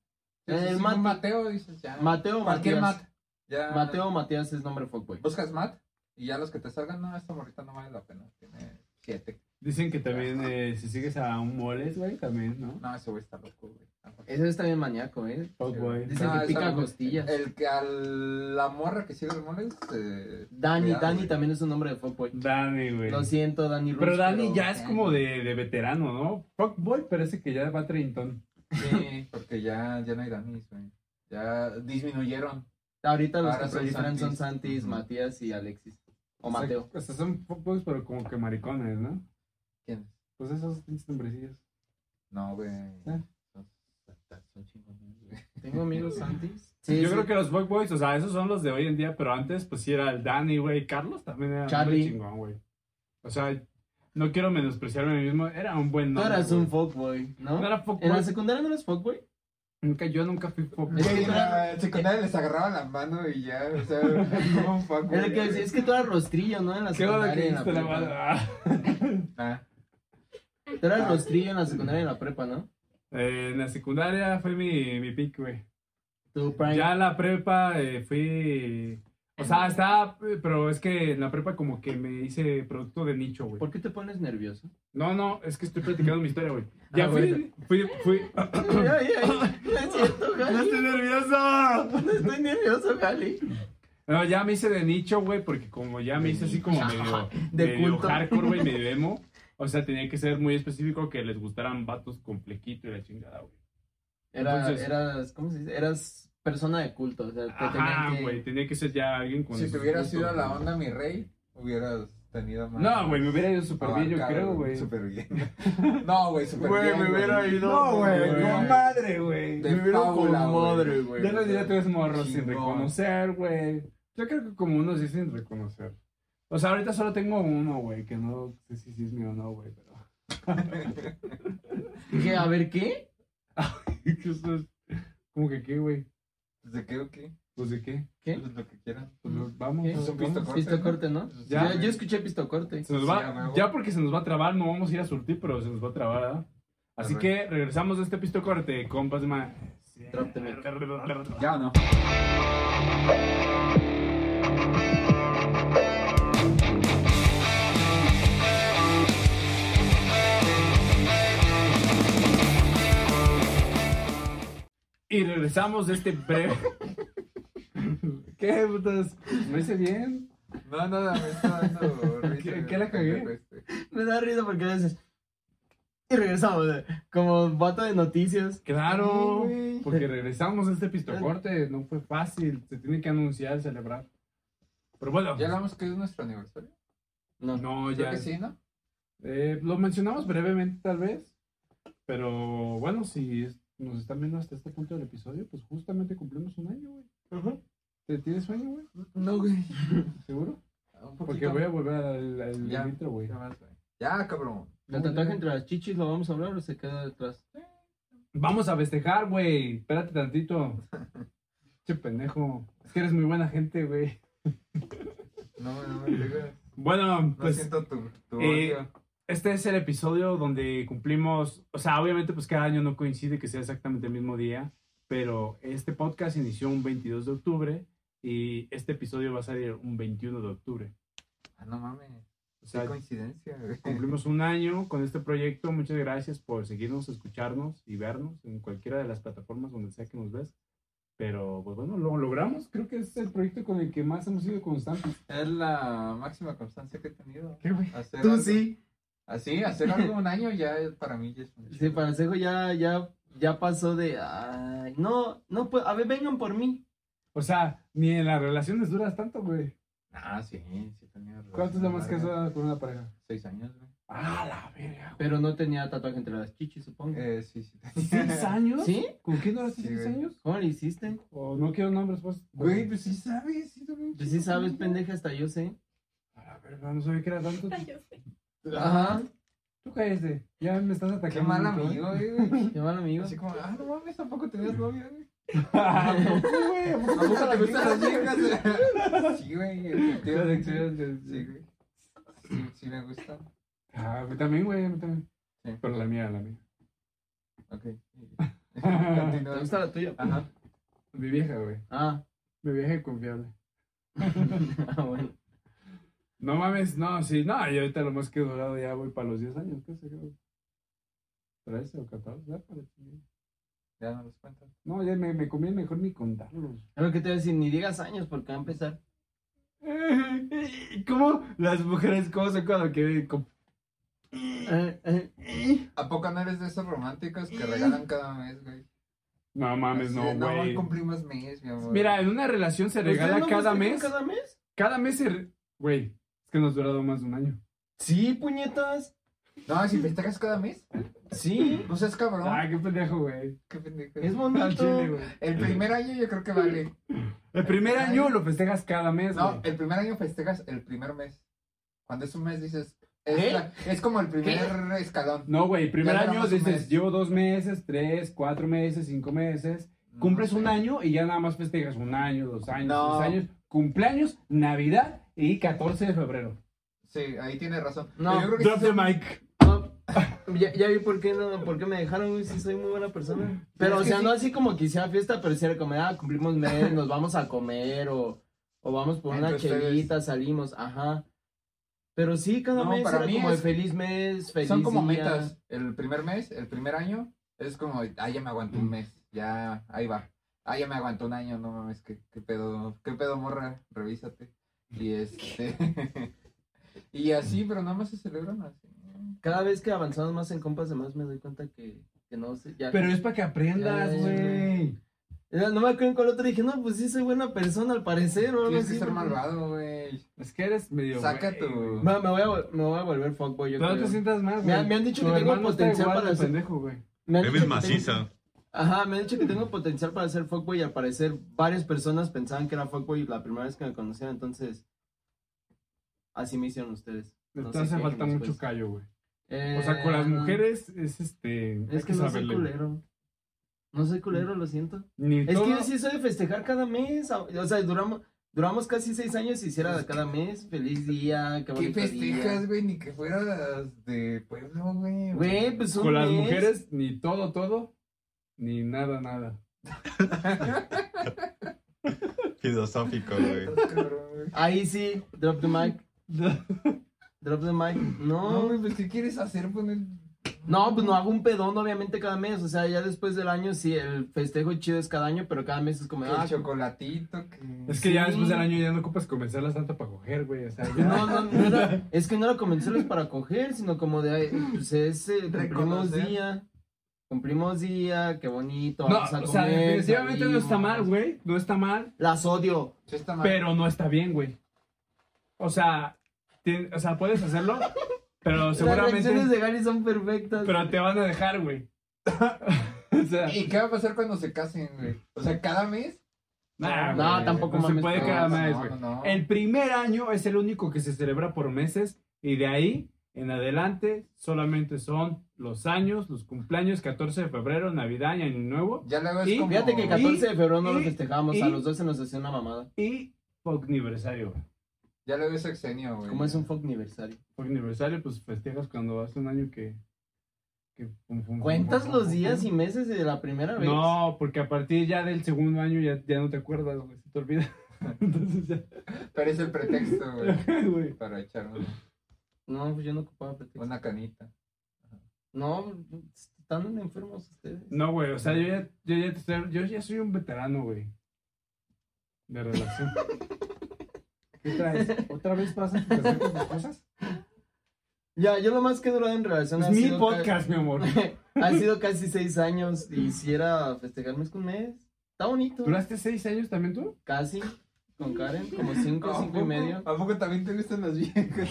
S3: El
S2: Sí, sí, sí,
S3: Mati.
S2: Mateo dices ya.
S3: Mateo,
S2: Cualquier
S3: Matías.
S2: Mat. Ya,
S3: Mateo, Matías es nombre fuckboy.
S2: Buscas Mat y ya los que te salgan, no, esta morrita no vale la pena. Tiene siete.
S1: Dicen que también eh, si sigues a un moles, güey, también, ¿no?
S2: No, ese güey está loco, güey. Ah, Tampoco.
S3: Ese está bien maníaco, ¿eh?
S1: Fuck, güey.
S3: Dicen que
S2: está
S3: pica
S2: loco.
S3: costillas.
S2: El que a la morra que sigue los moles. eh,
S3: Dani,
S2: cuidado,
S3: Dani
S2: güey.
S3: también es un nombre de fuckboy.
S1: Dani, güey.
S3: Lo siento, Dani Rush,
S1: Pero Dani ya
S2: pero-
S1: es como de, de veterano, ¿no? Fuckboy parece que ya va treintón.
S2: Sí, porque ya, ya no hay Danis, güey. Ya disminuyeron.
S3: Ahorita los
S2: Ahora
S3: que
S2: son
S3: proliferan son
S2: Santis.
S3: Santis,
S2: Ujú.
S3: Matías y Alexis. O
S1: sea,
S3: Mateo.
S1: Pues, O sea, son fuckboys, pero como que maricones, ¿no?
S2: ¿Quién?
S1: Pues esos pinches nombrecillos.
S2: No, güey.
S1: Ah.
S2: Son- Son chingones, güey.
S3: Tengo amigos Santis. Sí,
S1: Yo
S3: sí.
S1: creo que los fuckboys, o sea, esos son los de hoy en día, pero antes, pues sí era el Dani, güey. Carlos también era un
S3: Charlie.
S1: nombre chingón, güey. O sea, no quiero menospreciarme a mí mismo, era un buen
S3: Tú
S1: nombre.
S3: eras
S1: güey.
S3: un fuckboy, ¿no?
S1: No era
S3: ¿En la
S1: fuckboy.
S3: secundaria no eras fuckboy?
S1: Nunca, yo nunca fui fuckboy.
S3: Es que
S2: Güey,
S3: tú
S2: la
S3: eras-
S2: secundaria les agarraba la mano y ya, o sea, como un fuck,
S3: Es, que,
S2: güey.
S3: es que tú eras rostrillo, ¿no? En la
S1: ¿Qué onda
S3: secundaria.
S1: que
S3: y en la
S1: hiciste la
S3: prepa.
S1: mano?
S2: Ah,
S3: Tú eras rostrillo en la secundaria y en la prepa, ¿no?
S1: Eh, en la secundaria fue mi, mi pick, güey.
S3: Tu prime.
S1: Ya en la prepa eh, fui. O sea, estaba. Pero es que en la prepa como que me hice producto de nicho, güey.
S3: ¿Por qué te pones nervioso?
S1: No, no, es que estoy platicando mi historia, güey. Ya
S3: Ah,
S1: fui, fui, fui.
S3: ay, ay, no es cierto,
S1: ¡No
S3: Gali.
S1: estoy nervioso!
S3: No estoy nervioso, Gali.
S1: No, ya me hice de nicho, güey, porque como ya me hice así como medio,
S3: De
S1: medio
S3: culto.
S1: hardcore, güey, medio emo. O sea, tenía que ser muy específico que les gustaran vatos con flequito y la chingada, güey.
S3: Era,
S1: Entonces-
S3: eras, ¿cómo se dice? Eras persona de culto. O sea, te
S1: Ajá,
S3: tenían que...
S1: güey, tenía que ser ya alguien con...
S2: si te
S1: esos
S2: hubieras
S1: gustos,
S2: ido a la
S1: güey.
S2: onda, mi rey, hubieras tenido más.
S1: No, güey, me hubiera ido súper bien, yo
S2: abarcado,
S1: creo, güey.
S2: Súper bien. No, güey, súper
S3: Güey,
S2: bien.
S3: me hubiera ido,
S1: No, güey,
S3: güey.
S1: no madre, güey.
S2: De
S3: Me hubiera con
S2: Paula, güey.
S3: madre, güey.
S1: Ya los diré tres morros sin
S2: Chingón.
S1: reconocer, güey. Yo creo que como unos dicen reconocer. O sea, ahorita solo tengo uno, güey, que no sé si sí es mío o no, güey, pero...
S3: ¿Qué? A ver, ¿qué?
S1: que eso es- ¿Cómo que qué, güey?
S2: Pues, ¿De qué o qué?
S1: Pues de qué?
S3: ¿Qué?
S2: Pues, lo que quieran.
S1: Pues lo- vamos.
S3: ¿Qué?
S1: pues,
S2: Pues un
S1: vamos.
S2: pisto corte.
S3: Pisto corte, ¿no?
S1: Ya,
S3: yo, yo escuché pisto corte.
S1: Se nos
S2: Sí, a
S1: va,
S2: huevo.
S1: ya porque se nos va a trabar, no vamos a ir a surtir, pero se nos va a trabar, ¿verdad? Así
S2: Correcto.
S1: que regresamos de este pisto corte, compas de ma...
S3: Drop the mic.
S2: Ya o no.
S1: Y regresamos de este breve... ¿Qué, putas? ¿Lo hice bien?
S2: No, no, no, me está dando risa.
S1: ¿Qué-
S2: güey,
S1: qué la cagué?
S2: este.
S3: Me da risa porque a veces... Y regresamos, eh, como vato de noticias.
S1: Claro,
S3: Sí, güey.
S1: porque regresamos a este pistocorte, no fue fácil, se tiene que anunciar, celebrar. Pero bueno,
S2: ¿Ya hablamos que es nuestro aniversario?
S3: No, no.
S1: no,
S2: Creo
S1: Pues, ya.
S2: que sí, ¿no?
S1: Eh, lo mencionamos brevemente tal vez, pero bueno, si es- nos están viendo hasta este punto del episodio, pues justamente cumplimos un año, güey. ¿Te tienes sueño, güey?
S2: No, güey.
S1: ¿Seguro?
S2: Un poquito.
S1: Porque voy a volver al, al
S2: Ya.
S1: intro, güey.
S2: Ya más, güey. Ya, cabrón.
S3: ¿El tatuaje entre las chichis lo vamos a hablar o se queda detrás?
S1: Vamos a festejar, güey. Espérate tantito. Che pendejo. Es que eres muy buena gente, güey.
S2: No, no me digas.
S1: Bueno,
S2: No
S1: pues
S2: siento tu, tu
S1: eh,
S2: odio.
S1: Este es el episodio donde cumplimos, o sea, obviamente pues cada año no coincide que sea exactamente el mismo día, pero este podcast inició un 22 de octubre y este episodio va a salir un 21 de octubre.
S2: Ah, no mames.
S1: O
S2: Qué
S1: sea,
S2: coincidencia, güey.
S1: cumplimos un año con este proyecto. Muchas gracias por seguirnos, escucharnos y vernos en cualquiera de las plataformas donde sea que nos ves. Pero pues bueno, lo logramos. Creo que es el proyecto con el que más hemos sido constantes.
S2: Es la máxima constancia que he tenido.
S1: ¿Qué, güey?
S2: Hacer
S3: Tú
S2: algo-
S3: sí.
S2: Así, hacer algo un año ya es- para mí ya es un
S3: Sí,
S2: chingo.
S3: para Sejo ya, ya, ya pasó de. Ay, no, no puedo. A ver, vengan por mí.
S1: O sea, ni en las relaciones duras tanto, güey.
S2: Ah, sí, sí tenía razón.
S1: ¿Cuánto es la más
S2: Verga.
S1: casada con una pareja?
S2: Seis años, güey.
S1: Ah, la verga.
S3: Pero no tenía tatuaje entre las chichis, supongo.
S2: Eh, sí, sí. tenía.
S1: ¿Seis años?
S3: ¿Sí?
S1: ¿Con quién duraste
S2: Sí,
S1: seis
S2: güey.
S1: años?
S3: ¿Cómo lo hiciste?
S1: O no quiero nombres, pues.
S2: Güey, pues sí sabes, sí sabes.
S3: Pues sí sabes, pendeja, hasta yo sé.
S1: A la verga, no sabía que era tanto.
S4: Ay, Ah, yo sé.
S3: Ajá.
S1: Tú cállate. Ya me estás
S2: Ah, Qué
S1: atacando.
S2: mal
S1: mucho,
S2: amigo,
S1: ¿eh?
S2: güey.
S3: Qué mal amigo.
S2: Así como, ah, no mames, tampoco tenías novia, güey.
S1: ¿A poco, güey? ¿A
S2: ¿A
S1: poco
S2: poco te gustan
S1: las
S2: las
S1: viejas?
S2: viejas? Sí, güey,
S1: Las
S2: efectivamente.
S1: viejas, sí,
S2: Sí,
S1: sí.
S2: güey. Sí, sí me gusta.
S1: Ah, a mí también, güey, a mí también.
S2: Sí.
S1: Pero la mía, la mía.
S2: Ok. Continúa.
S3: ¿Te gusta la tuya?
S2: Ajá.
S1: Mi vieja, güey.
S3: Ah,
S1: Mi vieja y confiable.
S3: ah, bueno.
S1: No mames, no, sí, no, yo ahorita lo más que he durado ya voy para los 10 años, ¿qué sé yo? 13 o 14, ya para ti.
S2: Ya no los cuento.
S1: No, ya me, me conviene mejor ni contarlos.
S3: Es lo que te voy a decir, ni digas años porque va a empezar.
S1: ¿Cómo las mujeres, cómo son cuando quieren? com-
S3: Eh, eh.
S2: ¿A poco no eres de esos románticos que regalan cada mes, güey?
S1: No mames,
S2: Así
S1: no,
S2: de, No, hoy
S1: güey.
S2: cumplimos mes, mi amor.
S1: Mira, en una relación se regala
S3: ¿Ustedes no
S1: cada
S3: festejan
S1: mes. Cada...
S3: ¿Cada mes?
S1: mes se. re- Güey, es que nos ha durado más de un año.
S3: Sí, puñetas.
S2: No, si festejas cada mes,
S3: Sí.
S2: no seas cabrón.
S1: Ah, qué pendejo, güey.
S2: Qué pendejo.
S3: Es
S1: Al chile,
S3: bonito.
S1: güey.
S2: El primer año yo creo que vale.
S1: El primer
S2: Ay.
S1: año lo festejas cada mes,
S2: No,
S1: güey.
S2: el primer año festejas el primer mes. Cuando es un mes dices, es,
S3: ¿Qué?
S2: la- es como el primer escalón.
S1: No, güey, primer
S2: Ya
S1: año
S2: duramos un
S1: dices,
S2: mes.
S1: llevo dos meses, tres, cuatro meses, cinco meses. Cumples
S2: No sé.
S1: un año y ya nada más festejas un año, dos años,
S2: No.
S1: tres años. Cumpleaños, Navidad y 14 de febrero.
S2: Sí, ahí tienes razón.
S3: No,
S2: Pero yo creo que
S1: Drop
S2: sí
S1: the
S2: son-
S1: mic.
S3: No, ya, ya vi por qué, no, por qué me dejaron, güey, sí soy muy buena persona. Pero,
S2: Es
S3: o
S2: que
S3: sea,
S2: sí.
S3: no así como que hiciera fiesta, pero si era como, ah, cumplimos mes, nos vamos a comer o, o vamos por una
S2: Entre ustedes.
S3: chelita, salimos, ajá. Pero sí, cada
S2: No,
S3: mes
S2: para
S3: era
S2: mí
S3: como
S2: es-
S3: de feliz mes, feliz
S2: son como
S3: día.
S2: metas. El primer mes, el primer año, es como, ah, ya me aguanto
S3: Mm.
S2: un mes. Ya, ahí va. Ah, ya me aguanto un año, no mames, qué, qué pedo, qué pedo morra, revísate. Y este. y así, pero nada más se celebran así.
S3: Cada vez que avanzamos más en compas de más me doy cuenta que, que no sé, ya.
S1: Pero es para que aprendas,
S3: Ya, ya,
S1: güey.
S3: Ya No me acuerdo en cuál otro dije, no, pues sí soy buena persona al parecer, o algo
S2: Tienes que
S3: así,
S2: ser
S3: porque-
S2: malvado, güey.
S1: Es que eres medio.
S2: Saca
S1: güey,
S2: tu-
S1: güey.
S3: Ma, Me, voy a, vol- me voy a volver fuckboy, yo
S1: Pero No
S3: creo.
S1: te sientas mal,
S3: Me
S1: güey.
S3: han- me han dicho
S1: Tu
S3: que tengo
S1: hermano está
S3: potencial
S1: igual
S3: para
S1: de
S3: ser-
S1: pendejo, güey.
S3: Me han
S5: Bebes
S3: dicho que tengo-
S5: macizo.
S3: Ajá, me han dicho que tengo potencial para ser fuckboy y al parecer varias personas pensaban que era fuckboy la primera vez que me conocieron, entonces así me hicieron ustedes. No
S1: Te
S3: se
S1: hace
S3: quejen
S1: falta mucho
S3: después.
S1: callo, güey.
S3: Eh,
S1: O sea, con las
S3: no.
S1: mujeres es este. hay
S3: Es que no soy
S1: saberle.
S3: culero. No soy culero, lo siento.
S1: Ni
S3: Es que
S1: todo-
S3: yo sí soy de festejar cada mes. O sea, duramos, duramos casi seis años y
S1: Pues
S3: hiciera cada mes. Feliz día, qué
S2: ¿Qué
S3: bonito
S2: festejas,
S3: día.
S2: güey? Ni que fueras de pueblo, güey.
S3: Güey, pues un
S1: Con las
S3: mes.
S1: mujeres, ni todo, todo, ni nada, nada.
S5: Filosófico, güey.
S2: Estás cabrón, güey.
S3: Ahí sí, drop the mic, drop the mic.
S2: No,
S3: No,
S2: güey, pues ¿qué quieres hacer? Poner...
S3: No, pues no hago un pedón, obviamente, cada mes. O sea, ya después del año, sí, el festejo chido es cada año, pero cada mes es como.
S2: Que
S3: ah,
S2: el chocolatito, que...
S1: Es que ya
S3: Sí.
S1: después del año ya no ocupas comenzar la santa para coger, güey. O sea, ya.
S3: pues No, no, no era- es que no era comenzarles para coger, sino como de, ay, pues es, eh, cumplimos
S2: Reconocer.
S3: día, cumplimos día, qué bonito,
S1: No,
S3: vamos a
S1: o sea,
S3: comer,
S1: definitivamente no está
S3: salimos.
S1: mal, güey. No está mal,
S3: Las odio.
S2: Sí está mal.
S1: pero no está bien, güey. O sea, tien- o sea, puedes hacerlo, pero
S3: Las reacciones
S1: seguramente.
S3: de Gary son perfectas.
S1: Pero te van a dejar, güey. o sea,
S2: ¿Y qué va a pasar cuando se casen, güey? O sea, cada mes.
S1: nah,
S3: No,
S1: güey,
S3: tampoco
S1: no se
S3: mames,
S1: puede
S3: no,
S1: cada
S2: no,
S1: mes,
S2: no,
S1: güey.
S2: no.
S1: El primer año es el único que se celebra por meses y de ahí en adelante solamente son los años, los cumpleaños, 14 de febrero, Navidad y Año Nuevo
S2: Ya luego es
S1: Y
S2: como.
S3: Fíjate que el 14 de febrero no lo
S1: y-
S3: festejamos, a
S1: y-
S3: los 12 nos hacía una mamada.
S1: y fuck aniversario, güey.
S2: Ya luego es sexenio, güey.
S3: Como es un fuck aniversario.
S1: Fuck aniversario, pues festejas cuando hace un año que... que fum, fum, fum,
S3: ¿Cuentas
S1: fum,
S3: los
S1: fum,
S3: días
S1: fum.
S3: y meses de la primera vez?
S1: No, porque a partir ya del segundo año ya, ya no te acuerdas, güey, se te olvida. Entonces ya,
S2: Pero es el pretexto, güey.
S1: güey.
S2: Para echar una,
S3: No, pues yo no ocupaba pretexto.
S2: una canita.
S3: No, están enfermos ustedes.
S1: No, güey, o sea, yo ya, yo ya, te estoy- yo ya soy un veterano, güey. De relación. ¿Qué traes? ¿Otra vez pasas por hacer tus cosas?
S3: Ya, yo lo más que he durado en relación
S1: Es
S3: ha
S1: mi
S3: sido
S1: podcast, mi amor.
S3: ca- ha sido casi seis años y si era festejarme con un mes. Está bonito.
S1: ¿Duraste seis años también tú?
S3: Casi con Karen, como cinco, cinco y medio.
S2: ¿A poco también te gustan las viejas?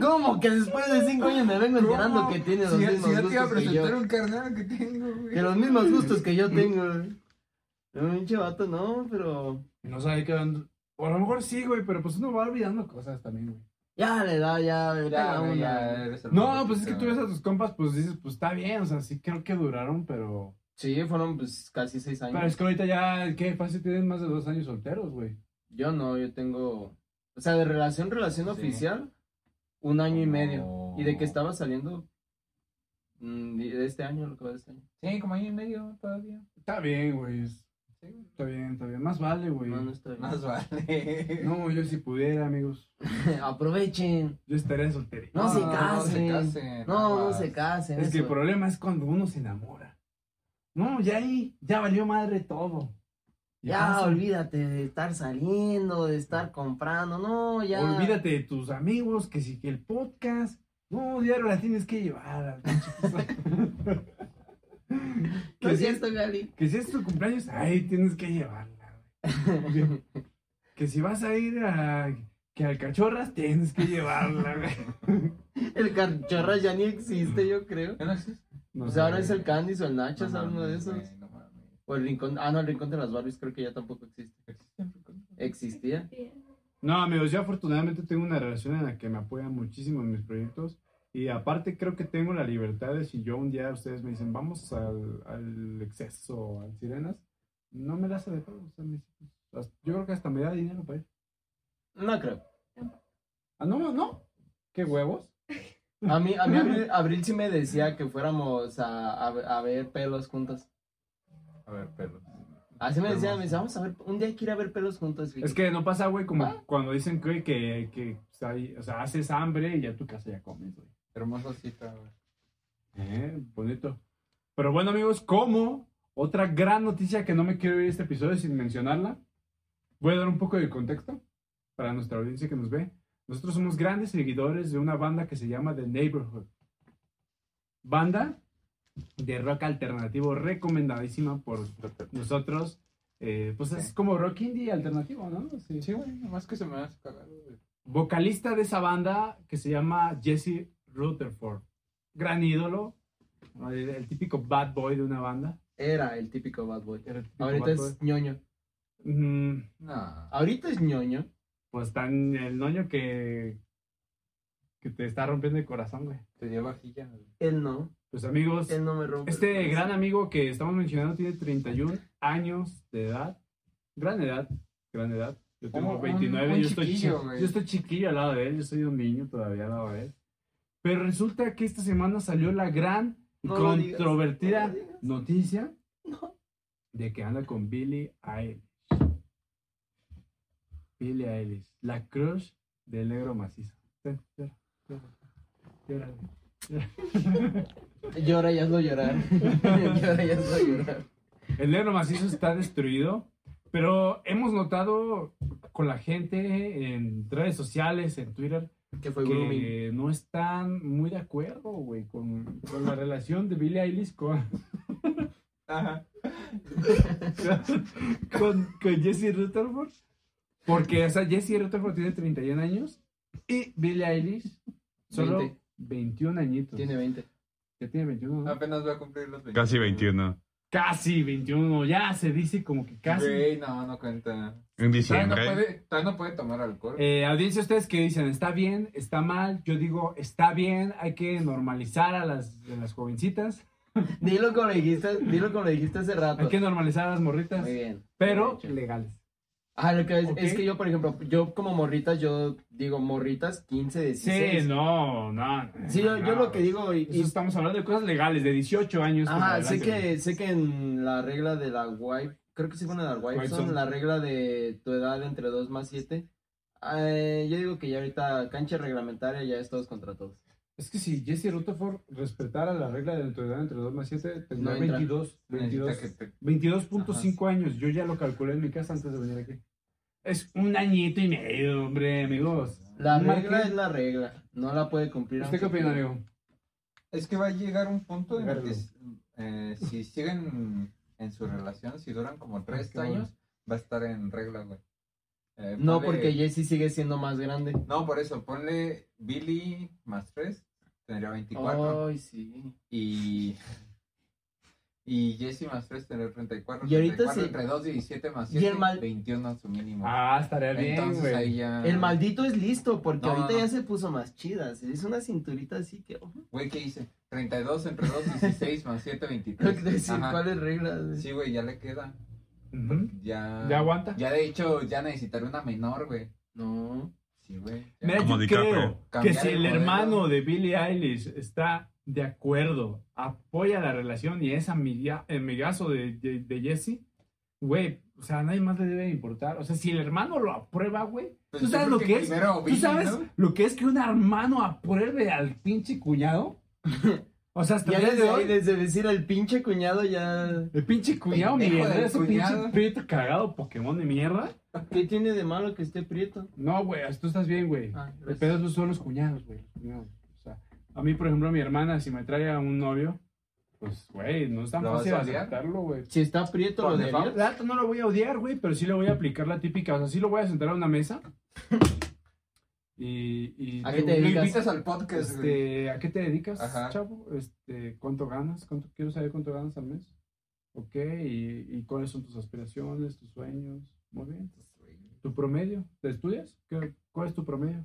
S3: ¿Cómo que después de cinco años me vengo enterando
S2: ¿Cómo?
S3: que tiene los
S2: Si,
S3: mismos
S2: si ya te iba a
S3: gustos que
S2: presentar
S3: yo?
S2: un carnal que tengo,
S3: Que
S2: güey.
S3: los mismos gustos que yo tengo. Un pinche vato, no, pero
S1: No sabía que eran... O a lo mejor sí, güey, pero pues uno va olvidando cosas también, güey.
S3: ya le da, ya,
S2: Ya,
S3: ya,
S2: güey,
S3: una-
S2: ya eres el
S1: No, pues es que tú ves
S2: eres
S1: a tus compas, pues dices, pues está bien, o sea, sí creo que duraron, pero
S3: Sí, fueron pues casi seis años.
S1: Pero es que ahorita ya, ¿qué fácil tienen más de dos años solteros, güey?
S3: Yo no, yo tengo. O sea, de relación, relación
S2: Sí. Oh.
S3: oficial, un año y medio.
S2: Como-
S3: Y de que estaba saliendo mm, de este año, lo que va de este año.
S2: Sí, como año y medio todavía.
S1: Está bien, güey. es-
S2: Sí, güey.
S1: Está bien, está bien. Más vale, güey.
S3: No, no está bien.
S2: Más vale.
S1: No, yo si pudiera, amigos.
S3: Aprovechen.
S1: Yo estaría solterito.
S3: No, se casen.
S2: No se casen.
S3: No, no
S2: aguas.
S3: se casen.
S1: Es que el
S3: eso.
S1: problema es cuando uno se enamora. No, ya ahí, ya valió madre todo.
S3: Ya,
S1: pasa.
S3: olvídate de estar saliendo, de estar comprando. No, ya.
S1: Olvídate de tus amigos, que sí que el podcast. No, diario la tienes que llevar. al pinche piso.
S3: No
S1: que,
S3: es
S1: si es,
S3: cierto, Gali.
S1: que si es tu cumpleaños, ahí tienes que llevarla. güey. que si vas a ir a que al cachorras, tienes que llevarla. güey.
S3: El cachorro ya ni existe, yo creo.
S2: Ya no existe.
S1: No
S3: O
S1: sé,
S3: sea, ahora
S1: güey.
S3: es el Candice o el Nachos,
S2: No
S3: alguno de
S2: mames,
S3: esos.
S2: güey, no mames.
S3: O el rincón. Ah, no, el rincón de las Barbies creo que ya tampoco existe.
S2: Existe un rincón.
S3: Existía.
S4: Sí.
S1: No, amigos, yo afortunadamente tengo una relación en la que me apoya muchísimo en mis proyectos. Y aparte, creo que tengo la libertad de si yo un día ustedes me dicen, vamos al, al exceso o al sirenas, no me la hace de pedo. o sea, me- "Pues, hasta- yo creo que hasta me da dinero para ir.
S3: No creo.
S1: Ah, no, no. ¿Qué huevos?
S3: A mí, a mí Abril, Abril sí me decía que fuéramos a, a- a ver pelos juntos.
S2: A ver, perros.
S3: Así me decía,
S2: Hermoso.
S3: me decía, vamos a ver, un día hay que ir a ver pelos juntos. Vicky".
S1: Es que no pasa, güey, como cuando dicen güey, que, que, o sea, y- o sea, haces hambre y ya tu casa ya comes, güey.
S2: Hermosa cita, güey.
S1: Eh, bonito. Pero bueno, amigos, como otra gran noticia que no me quiero ir este episodio sin mencionarla, voy a dar un poco de contexto para nuestra audiencia que nos ve. Nosotros somos grandes seguidores de una banda que se llama The Neighborhood. Banda de rock alternativo recomendadísima por nosotros. Eh, pues es
S2: Sí.
S1: como rock indie alternativo, ¿no? Sí.
S2: Sí, güey, nomás que se me hace cagado, güey.
S1: Vocalista de esa banda que se llama Jesse Rutherford. Gran ídolo. ¿no? El, el típico bad boy de una banda.
S3: Era el típico bad boy.
S1: Era el típico
S3: Ahorita
S1: bad
S3: es
S1: boy.
S3: ñoño.
S1: Mm,
S2: No.
S3: Ahorita es ñoño.
S1: pues tan el noño que, que te está rompiendo el corazón, güey.
S2: Te dio vajilla, güey.
S3: Él no.
S1: Pues amigos,
S3: Él no me rompe. el
S1: este
S3: corazón.
S1: gran amigo que estamos mencionando tiene 31 años de edad. Gran edad, gran edad. Yo tengo
S2: Un- un-
S1: 29,
S2: un
S1: yo, estoy chi-
S2: chiquillo, güey.
S1: yo estoy chiquillo al lado de él, yo soy un niño todavía al lado de él. Pero resulta que esta semana salió la gran y
S3: No lo digas,
S1: controvertida
S3: no lo digas.
S1: noticia
S3: No.
S1: de que anda con Billie Eilish. Billie Eilish, la crush del negro macizo. Ven, llora, llora, llora, llora.
S3: Llora y hazlo llorar. Llora y hazlo llorar.
S1: El negro macizo está destruido, pero hemos notado con la gente en redes sociales, en Twitter,
S3: Que fue grooming.
S1: que no están muy de acuerdo, güey, con, con la relación de Billie Eilish con,
S2: Ajá.
S1: con, con Jesse Rutherford. Porque, o sea, Jesse Rutherford tiene 31 años y Billie Eilish solo
S3: 20.
S1: 21 añitos.
S3: Tiene 20.
S1: Ya tiene 21, ¿no?
S2: Apenas va a cumplir los 20.
S5: Casi 21.
S1: Casi 21, ya se dice como que casi.
S2: Güey, no, no cuenta.
S5: En
S2: Todavía no,
S5: diciembre.
S2: puede, todavía no puede tomar alcohol.
S1: Eh, audiencia, ustedes que dicen, ¿está bien? ¿Está mal? Yo digo, está bien, hay que normalizar a las, a las jovencitas,
S3: Dilo como lo dijiste, dilo como lo dijiste hace rato.
S1: hay que normalizar a las morritas,
S3: Muy bien.
S1: pero
S3: Muy bien hecho.
S1: legales.
S3: Ah, lo que es,
S1: Ok.
S3: es que yo, por ejemplo, yo como morritas, yo digo morritas 15, 16.
S1: no, no.
S3: Sí, yo, yo lo que digo, y, y-
S1: Eso estamos hablando de cosas legales, de 18 años. para
S3: ajá, sé
S1: adelante, güey.
S3: que, sé que en la regla de la wife, creo que sí fue en la wife,
S1: Wife
S3: son
S1: son.
S3: la regla de tu edad entre 2 más 7. yo digo que ya ahorita cancha reglamentaria ya es todos contra todos.
S1: Es que si Jesse Rutherford respetara la regla de la edad entre 2 más 7, tendría
S3: No entra.
S1: 22,
S2: Necesita
S1: 22,
S2: que te-
S1: 22.5 años. Yo ya lo calculé en mi casa antes de venir aquí. Es un añito y medio, hombre, amigos.
S3: La
S1: Marque-
S3: regla es la regla, no la puede cumplir.
S1: ¿Usted qué
S3: aunque-
S1: opina, amigo?
S2: Es que va a llegar un punto en el que
S1: Verlo.
S2: eh, si siguen en su relación, si duran como tres
S1: Qué bueno.
S2: años, va a estar en regla, güey. Eh,
S3: No,
S2: ponle-
S3: porque Jesse sigue siendo más grande.
S2: No, por eso, ponle Billy
S3: Oh.
S2: más tres, tendría 24.
S3: Ay, sí.
S2: Y Y Jesse más 3 tener 34.
S3: Y ahorita
S2: 34,
S3: sí.
S2: entre 2, 17 más
S3: Y el
S2: 7,
S3: mal-
S2: 21 a su mínimo.
S1: Ah, estaría bien,
S2: Entonces ahí
S1: güey.
S2: ya.
S3: El maldito es listo,
S2: Ah.
S3: porque
S2: No,
S3: ahorita
S2: no.
S3: ya se puso más chida. Se hizo una cinturita así que. oh,
S2: Güey, ¿qué hice? 32 entre 2, 16 más 7,
S3: no quiero
S2: 23.
S3: decir
S2: Ajá.
S3: cuáles reglas. güey.
S2: Sí, güey, ya le queda.
S1: Ujú.
S2: Ya. Ah.
S1: ¿Ya aguanta?
S2: Ya de hecho, ya necesitaré una menor, güey.
S3: No.
S2: Sí, güey. ya.
S1: Mira, yo
S5: Como DiCaprio.
S1: creo que
S2: Cambiar
S1: si
S2: el
S1: el
S2: modelo.
S1: hermano de Billie Eilish está de acuerdo, apoya la relación y es amiga, amigazo de, de, de Jesse, güey, o sea, a nadie más le debe importar. O sea, si el hermano lo aprueba, güey,
S2: Pues
S1: ¿tú
S2: yo
S1: sabes
S2: creo
S1: lo
S2: que
S1: que es?
S2: primero
S1: ¿Tú
S2: Billie,
S1: sabes
S2: ¿no?
S1: lo que es que un hermano apruebe al pinche cuñado? O sea, hasta
S3: Ya
S1: el día de
S3: desde,
S1: hoy,
S3: ahí, desde decir al pinche cuñado ya.
S1: el pinche cuñado,
S2: Pendejo
S1: mira,
S2: del
S1: ese
S2: cuñado.
S1: pinche prieto cagado Pokémon de mierda.
S3: ¿Qué tiene de malo que esté prieto?
S1: No, güey, tú estás bien, güey.
S3: Ah,
S1: El
S3: gracias.
S1: pedo no son los cuñados, güey. los cuñados. O sea, a mí, por ejemplo, mi hermana, si me trae a un novio, pues, güey, no es tan
S2: ¿Lo vas
S1: fácil
S2: a odiar?
S1: aceptarlo, güey.
S3: Si está prieto,
S2: Por
S3: lo
S2: default.
S3: deberías.
S1: La neta no lo voy a odiar, güey, pero sí le voy a aplicar la típica. O sea, sí lo voy a sentar a una mesa. Y. y
S3: ¿A qué te
S1: le-
S2: Lo
S3: dedicas?
S2: invitas al podcast, güey.
S1: este, ¿A qué te dedicas,
S2: Ajá.
S1: chavo? Este, ¿Cuánto ganas? ¿Cuánto, quiero saber cuánto ganas al mes. Ok, y, y cuáles son tus aspiraciones, tus sueños. Muy bien.
S2: Pues,
S1: ¿Tu promedio? ¿Te estudias? ¿Qué- ¿Cuál es tu promedio?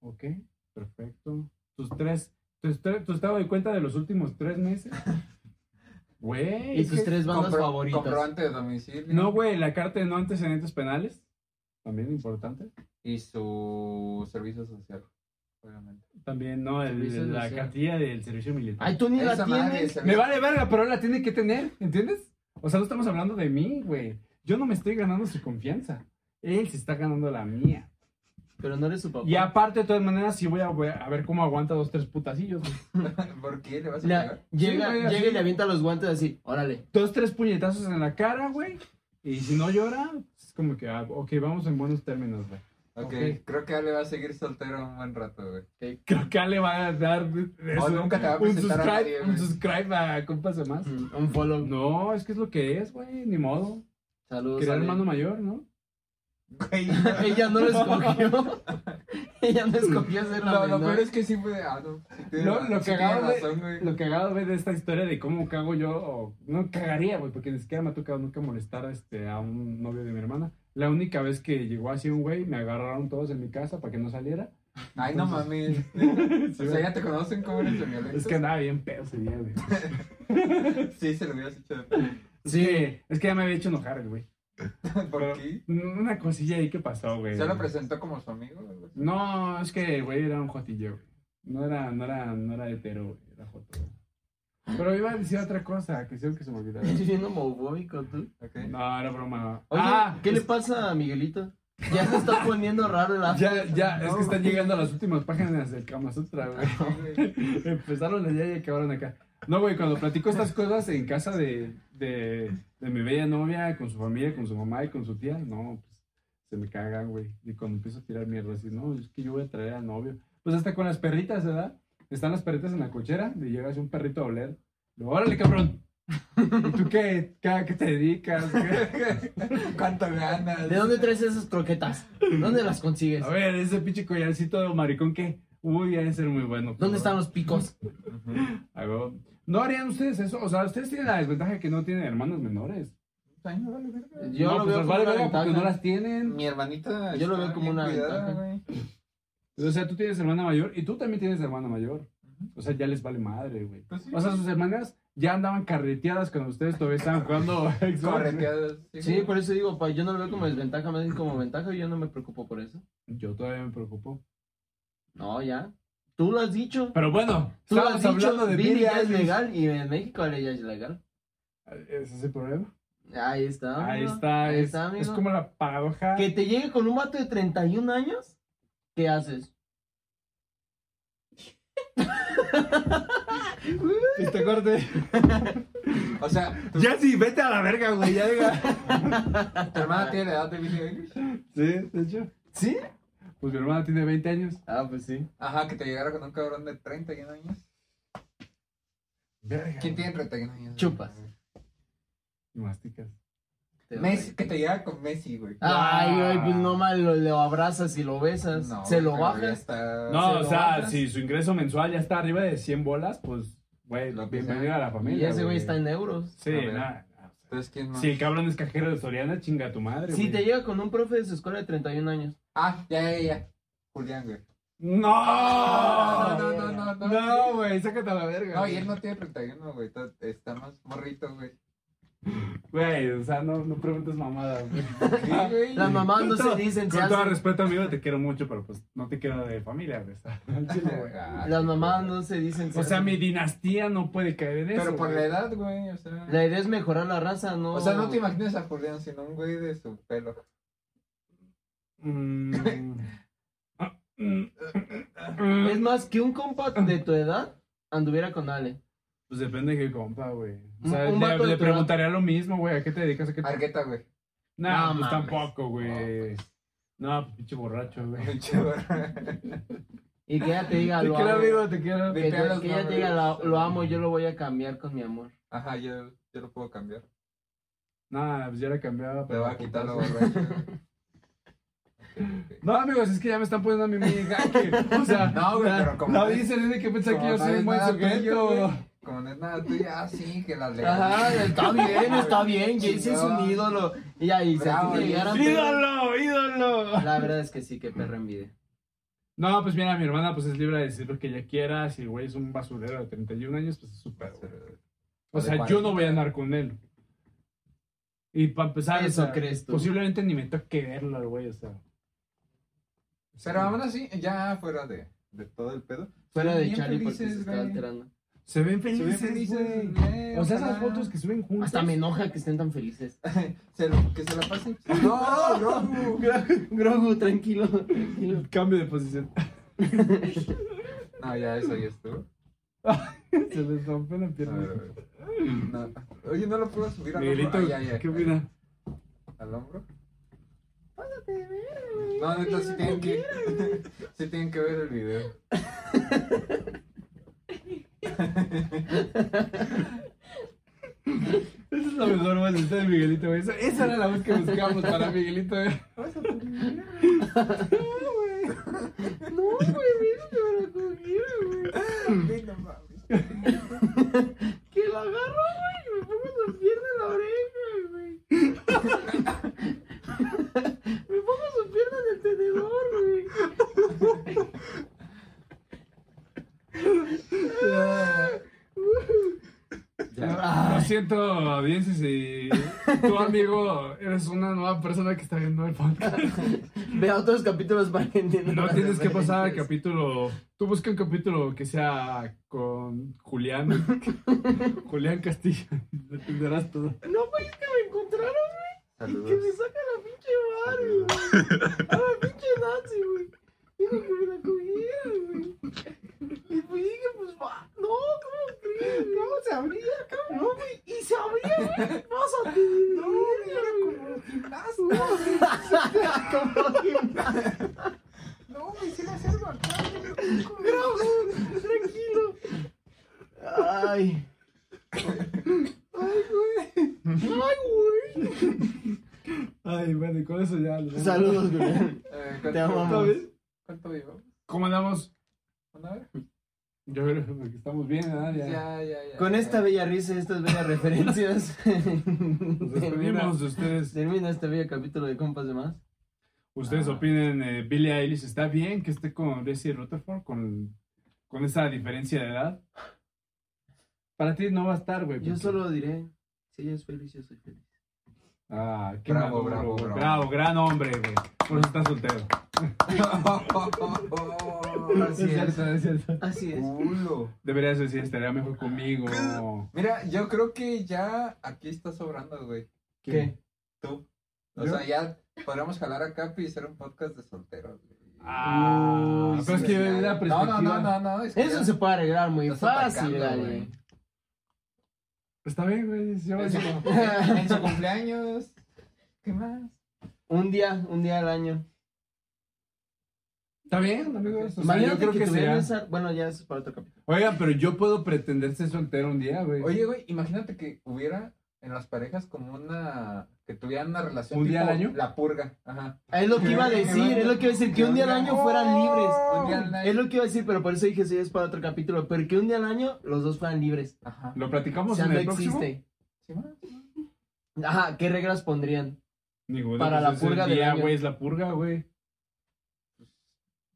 S1: Ok, perfecto. ¿Tus tres? ¿Tu, estre- tu estado de cuenta de los últimos tres meses? Güey.
S3: Y
S1: es
S3: tus
S1: que-
S3: tres bandas
S2: Compro-
S3: favoritas.
S2: Comprobante de domicilio.
S1: No, güey, la carta de no antecedentes penales. También importante.
S2: Y su servicio social, obviamente.
S1: También, no, el-
S3: Servicio
S1: la
S3: social.
S1: cartilla del servicio militar.
S3: Ay, tú ni la
S2: Esa madre,
S3: tienes.
S2: servicio-
S1: Me vale verga, pero él la tiene que tener, ¿entiendes? O sea, no estamos hablando de mí, güey. Yo no me estoy ganando su confianza. Él se está ganando la mía.
S3: Pero no eres su papá.
S1: Y aparte, de todas maneras, sí voy a, voy a ver cómo aguanta dos, tres putacillos. güey.
S2: ¿Por qué le vas a
S3: La-
S2: pagar?
S3: llega,
S1: Sí, güey,
S3: llega
S1: así.
S3: y le avienta los guantes así. Órale.
S1: Dos, tres puñetazos en la cara, güey. Y si no llora, es como que, ah, ok, vamos en buenos términos, güey.
S2: Okay.
S1: Ok.
S2: creo que Ale va a seguir soltero un buen rato, güey.
S1: Creo que le va a dar eso,
S2: nunca te va a
S1: un,
S2: presentar a
S1: subscribe,
S2: nadie, güey.
S1: un subscribe a compas de más.
S3: Mm, Un follow.
S1: No, es que es lo que es, güey, ni modo.
S3: Saludos.
S1: Quería
S3: Ale.
S1: hermano mayor, ¿no?
S2: Güey,
S3: Ella no lo escogió. Ella no escogió ser la
S2: Lo, lo
S3: menor.
S2: peor es que sí fue de. Ah, no. sí tiene
S1: Lo-
S2: ra-
S1: lo
S2: sí
S1: que
S2: tiene
S1: acabo de-
S2: razón, güey.
S1: Lo cagado, güey, de esta historia de cómo cago yo, o- no cagaría, güey, porque ni siquiera me ha tocado nunca molestar este, a un novio de mi hermana. La única vez que llegó así un güey, me agarraron todos en mi casa para que no saliera.
S2: Ay, no mames.
S1: Sí,
S2: o sea,
S1: güey.
S2: ya te conocen cómo eres de violento.
S1: Es que andaba bien pedo ese día, güey.
S2: Sí, se lo hubieras hecho de pedo.
S1: Sí, es que ya me había hecho enojar el güey.
S2: ¿Por qué?
S1: Una cosilla ahí que pasó, güey.
S2: ¿Se lo presentó como su amigo? o algo así?
S1: Eh. No, es que el güey era un jotillo, güey. No era, no era, no era hetero, güey. Era joto, güey. Pero iba a decir otra cosa, que hicieron que se me olvidara.
S3: Estoy siendo homofóbico tú.
S2: Ok.
S1: No, era broma.
S3: Oye,
S1: ah,
S3: ¿qué le
S1: es-
S3: pasa a Miguelito? Ya se está poniendo raro la.
S1: Ya, ya, es
S3: No,
S1: que están llegando a las últimas páginas del Kama Sutra, güey. Empezaron allá y acabaron acá. No, güey, cuando platico estas cosas en casa de, de, de mi bella novia, con su familia, con su mamá y con su tía, no, pues se me cagan, güey. Y cuando empiezo a tirar mierda, así, no, es que yo voy a traer al novio. Pues hasta con las perritas, ¿verdad? Están las perritas en la cochera, le llega así un perrito a oler. Luego, órale, cabrón. ¿Y tú qué? ¿Qué, a qué te dedicas? ¿Qué?
S2: ¿Cuánto ganas?
S3: ¿De dónde traes esas croquetas? ¿Dónde las consigues?
S1: A ver, ese pinche collarcito de maricón que. Uy, ha de ser muy bueno.
S3: ¿Dónde
S1: cabrón.
S3: están los picos?
S2: Ujú.
S1: A huevo. ¿No harían ustedes eso? O sea, ustedes tienen la desventaja que no tienen hermanos menores.
S2: Ay, no vale verga.
S3: Yo
S1: no,
S3: lo
S1: pues
S3: veo
S1: las
S3: como
S1: vale
S3: una
S1: verga porque
S3: ventaja.
S1: no las tienen.
S2: Mi hermanita.
S3: Yo lo veo
S2: está
S3: como
S2: bien
S3: una
S2: cuidada,
S3: ventaja.
S2: güey.
S1: O sea, tú tienes hermana mayor y tú también tienes hermana mayor. O sea, ya les vale madre, güey.
S2: Pues sí.
S1: O sea, sus hermanas ya andaban carreteadas cuando ustedes todavía estaban jugando Xbox.
S2: Correteadas.
S3: Sí, por eso digo, pa, yo no lo veo como desventaja, más bien como ventaja, yo no me preocupo por eso.
S1: Yo todavía me preocupo.
S3: No, ya. Tú lo has dicho.
S1: Pero bueno,
S3: Tú lo has
S1: estábamos
S3: dicho.
S1: hablando de
S3: Billie
S1: Billie
S3: ya es
S1: Eilish.
S3: legal y en México Ale ya es legal.
S1: Ah, Ese es el problema.
S3: Ahí está.
S1: Ahí
S3: amigo.
S1: está.
S3: Ahí
S1: es,
S3: está, amigo.
S1: es como la paradoja.
S3: Que te llegue con un vato de 31 años, ¿qué haces?
S1: Y te Este corte.
S2: O sea, tu,
S1: Ya sí, vete a la verga, güey. Ya diga.
S2: tu hermana tiene la edad de Billie Eilish.
S1: Sí, de hecho.
S3: ¿Sí?
S1: Pues mi hermana tiene 20 años.
S3: Ah, pues sí.
S2: Ajá, que te llegara con un cabrón de 31 años.
S1: Verga.
S2: ¿Quién tiene 31 años?
S3: Chupas.
S1: Y masticas.
S3: Te
S2: Messi,
S3: doy.
S2: que te llegara con Messi, güey.
S3: Ay, ay,
S1: Ah.
S3: pues no mal, lo, lo abrazas y lo besas.
S2: No,
S3: se lo
S2: pero ya
S3: bajas.
S2: está-
S1: No,
S3: ¿Se
S1: o
S3: lo
S1: sea,
S3: bajas?
S1: si su ingreso mensual ya está arriba de 100 bolas, pues Güey,
S2: Lo que
S1: bienvenido
S2: sea.
S1: a la
S3: Y
S1: familia.
S3: ese güey
S1: güey.
S3: está en euros.
S1: Sí,
S2: A ver.
S1: nada. nada, o sea,
S2: Entonces, ¿quién más?
S1: Si el cabrón es cajero de Soriana, chinga tu madre.
S3: Si
S1: güey.
S3: te llega con un profe de su escuela de 31 años.
S2: Ah, ya, ya, ya. Julián, güey.
S1: ¡No!
S2: no, no, no, no.
S1: No, güey, sácate a la verga.
S2: No, y él no tiene 31, güey. Está, está más morrito, güey.
S1: Güey, o sea, no, no preguntes mamadas, güey.
S2: Sí, güey.
S3: Las mamás no se dicen, se
S1: Con todo
S3: hacen.
S1: respeto, amigo, te quiero mucho, pero pues no te quiero de familia, güey. está- al chile, güey.
S2: Ah,
S3: Las mamás no se dicen. se
S1: O sea,
S3: hacen.
S1: mi dinastía no puede caer en eso.
S2: Pero por
S1: güey.
S2: la edad, güey, o sea.
S3: La idea es mejorar la raza, ¿no?
S2: O sea, no te imaginas a Julián sino un güey de su pelo.
S1: Mm. Ah, mm.
S3: Es más, que un compa de tu edad anduviera con Ale.
S1: Pues depende de qué compa, güey. O sea,
S3: Un- un vato
S1: le,
S3: de
S1: le
S3: tu edad.
S1: preguntaría lo mismo, güey. ¿A qué te dedicas? ¿A qué te...
S2: Argueta, güey.
S1: Nah,
S3: No
S1: pues
S3: mames.
S1: tampoco, güey.
S2: No, pues.
S1: No, pues, pinche borracho, güey. Te
S2: Pinche borra.
S3: Y que ella te diga, lo
S1: quiero,
S3: amo.
S1: amigo, te quiero.
S3: Que,
S2: Vipea
S3: te-
S2: los
S3: que ella te
S2: nombres.
S3: diga, la- lo amo, yo lo voy a cambiar con mi amor.
S2: Ajá, yo, yo lo puedo cambiar.
S1: Nah, pues ya la cambiaba.
S2: Te
S1: pero
S2: va a quitar lo
S1: putazo.
S2: borracho. güey. Ok, ok.
S1: No, amigos, es que ya me están poniendo a mí mi gaque. O sea,
S2: No, güey, pero como-
S1: La dicen, es de que pensé que
S2: Como
S1: yo
S2: no
S1: soy
S2: es
S1: un buen
S2: nada tuyo,
S1: sujeto.
S2: güey. Como no es nada tuyo, ah, sí, que la lea.
S3: Ajá, está bien, está bien. Jayce es un
S2: Chingón.
S3: ídolo. Y ahí se
S2: Bravo, Jayce.
S3: llegaron.
S1: ¡Ídolo! ¡Ídolo!
S3: La verdad es que sí, que perra envidia.
S1: No, pues mira, mi hermana pues es libre de decir lo que ella quiera. Si el güey es un basurero de 31 años, pues es su pedo. güey. O
S2: De
S1: sea, yo
S2: 40.
S1: no voy a andar con él. Y para empezar, o
S3: Eso
S1: sea,
S3: crees tú.
S1: posiblemente ni me toque verlo al güey, o sea.
S2: Pero aún así, ya fuera de, de todo el pedo.
S3: Fuera
S2: son
S3: de
S2: bien
S3: Charlie porque se
S2: felices,
S3: está
S2: güey.
S3: alterando.
S1: Se ven
S2: Se ven
S1: felices,
S2: felices,
S1: güey.
S2: güey,
S1: O sea,
S2: ojalá.
S1: esas fotos que suben juntos.
S3: Hasta me enoja que estén tan felices.
S2: Se lo- que se la pasen. No, no.
S3: Grogu, tranquilo. tranquilo.
S1: Cambio de posición.
S2: No, ya eso ya estuvo. Ah,
S1: Se les rompen las piernas.
S2: No. Oye, no lo puedo subir al
S1: Miguelito,
S2: hombro. Ah, ya, ya.
S1: ¿qué opina?
S2: ¿Al hombro? No, neta, sí tienen que. sí tienen que ver el video.
S1: Esa es la mejor voz de Miguelito, güey. Esa, esa era la voz que buscábamos para Miguelito, güey.
S3: No, güey, mira, me lo cogieron, güey. Que la agarro, güey, y me pongo su pierna en la oreja, güey. Me pongo su pierna en el tenedor, güey.
S1: Lo siento, audiencia, si tu amigo eres una nueva persona que está viendo el podcast.
S3: Ve a otros capítulos para que entiendan.
S1: No
S3: las
S1: tienes que pasar al
S3: referencias.
S1: capítulo. Tú busca un capítulo que sea con Julián. Julián Castillo. Lo entenderás todo.
S3: No, güey, es que me encontraron, güey. Y que me
S2: Saludos.
S3: saca la pinche Barbie, güey. A la pinche Nancy, güey. Dijo que me la cogiera, güey. Y pues dije, pues va. No, ¿cómo crees? No, se abría, cabrón. No, güey. Y se abría, güey. Pásate. No, güey, era como gimnasio. como gimnasio.
S2: No, me hicieron hacer bacán.
S3: Bravo, tranquilo. Ay. Ay, güey. Ay, güey.
S1: Ay, bueno, y con eso ya. le damos-
S3: Saludos, güey.
S2: Eh,
S3: Te
S2: ¿cuánto-
S1: ¿Está
S3: amamos.
S1: bien?
S2: ¿Cuánto vivo?
S1: ¿Cómo andamos?
S2: ¿Una hora?
S1: Yo creo que estamos bien, ¿verdad? Ya.
S2: Ya, ya, ya.
S3: Con esta bella risa y estas bellas referencias,
S1: Nos
S3: termina,
S1: despedimos de ustedes.
S3: termina este bello capítulo de Compas de Más.
S1: Ustedes
S2: Ah.
S1: opinen, eh, Billie Eilish, ¿está bien que esté con Jesse Rutherford con, con esa diferencia de edad? Para ti no va a estar, güey.
S3: Yo
S1: porque-
S3: solo diré, si ella es feliz, yo soy feliz.
S1: Ah, qué
S2: Bravo,
S1: maduro,
S2: bravo,
S1: güey.
S2: bravo.
S1: Bravo, gran hombre, güey. Por eso está soltero.
S2: Así es.
S1: es cierto.
S3: Así es.
S2: Culo.
S1: Deberías decir, estaría mejor conmigo.
S2: Mira, yo creo que ya aquí está sobrando, güey.
S3: ¿Qué?
S2: Tú. O
S1: ¿Yo?
S2: sea, ya podríamos jalar a Capi y hacer un podcast de solteros. güey.
S1: Ah,
S3: Uy,
S1: pero es
S3: sí,
S1: que
S2: ya.
S1: la
S2: No,
S1: perspectiva.
S2: no, no, no, no. es que
S3: Eso
S2: ya-
S3: se puede arreglar muy
S2: Estás
S3: fácil,
S2: atacando,
S3: Dani.
S2: güey.
S1: Está bien, güey. yo-
S2: En su, en su cumpleaños. ¿Qué más?
S3: Un día, un día al año.
S1: Está bien, amigos. O sea,
S3: Imagínate
S1: yo creo que,
S3: tuvieran
S1: sea.
S3: esa- Bueno, ya eso es para otro capítulo.
S1: Oigan, pero yo puedo pretender ser soltero un día, güey.
S2: Oye, güey, imagínate que hubiera en las parejas como una. que tuvieran una relación.
S1: ¿Un día
S2: tipo
S1: al año?
S2: La purga. Ajá.
S3: Es lo que iba a decir, es lo que iba a decir, que un día al año fueran libres.
S2: Un día al año.
S3: Es lo que iba a decir, pero por eso dije, sí, es para otro capítulo. Pero que un día al año los dos fueran libres.
S2: Ajá.
S1: Lo
S3: O
S1: platicamos
S3: sea,
S1: en
S3: no
S1: el próximo.
S3: existe.
S2: Sí, ma.
S3: Ajá, ¿qué reglas pondrían?
S1: Ninguna,
S3: Para la
S1: pues, es el
S3: purga del
S1: día,
S3: año.
S1: güey, es la purga, güey.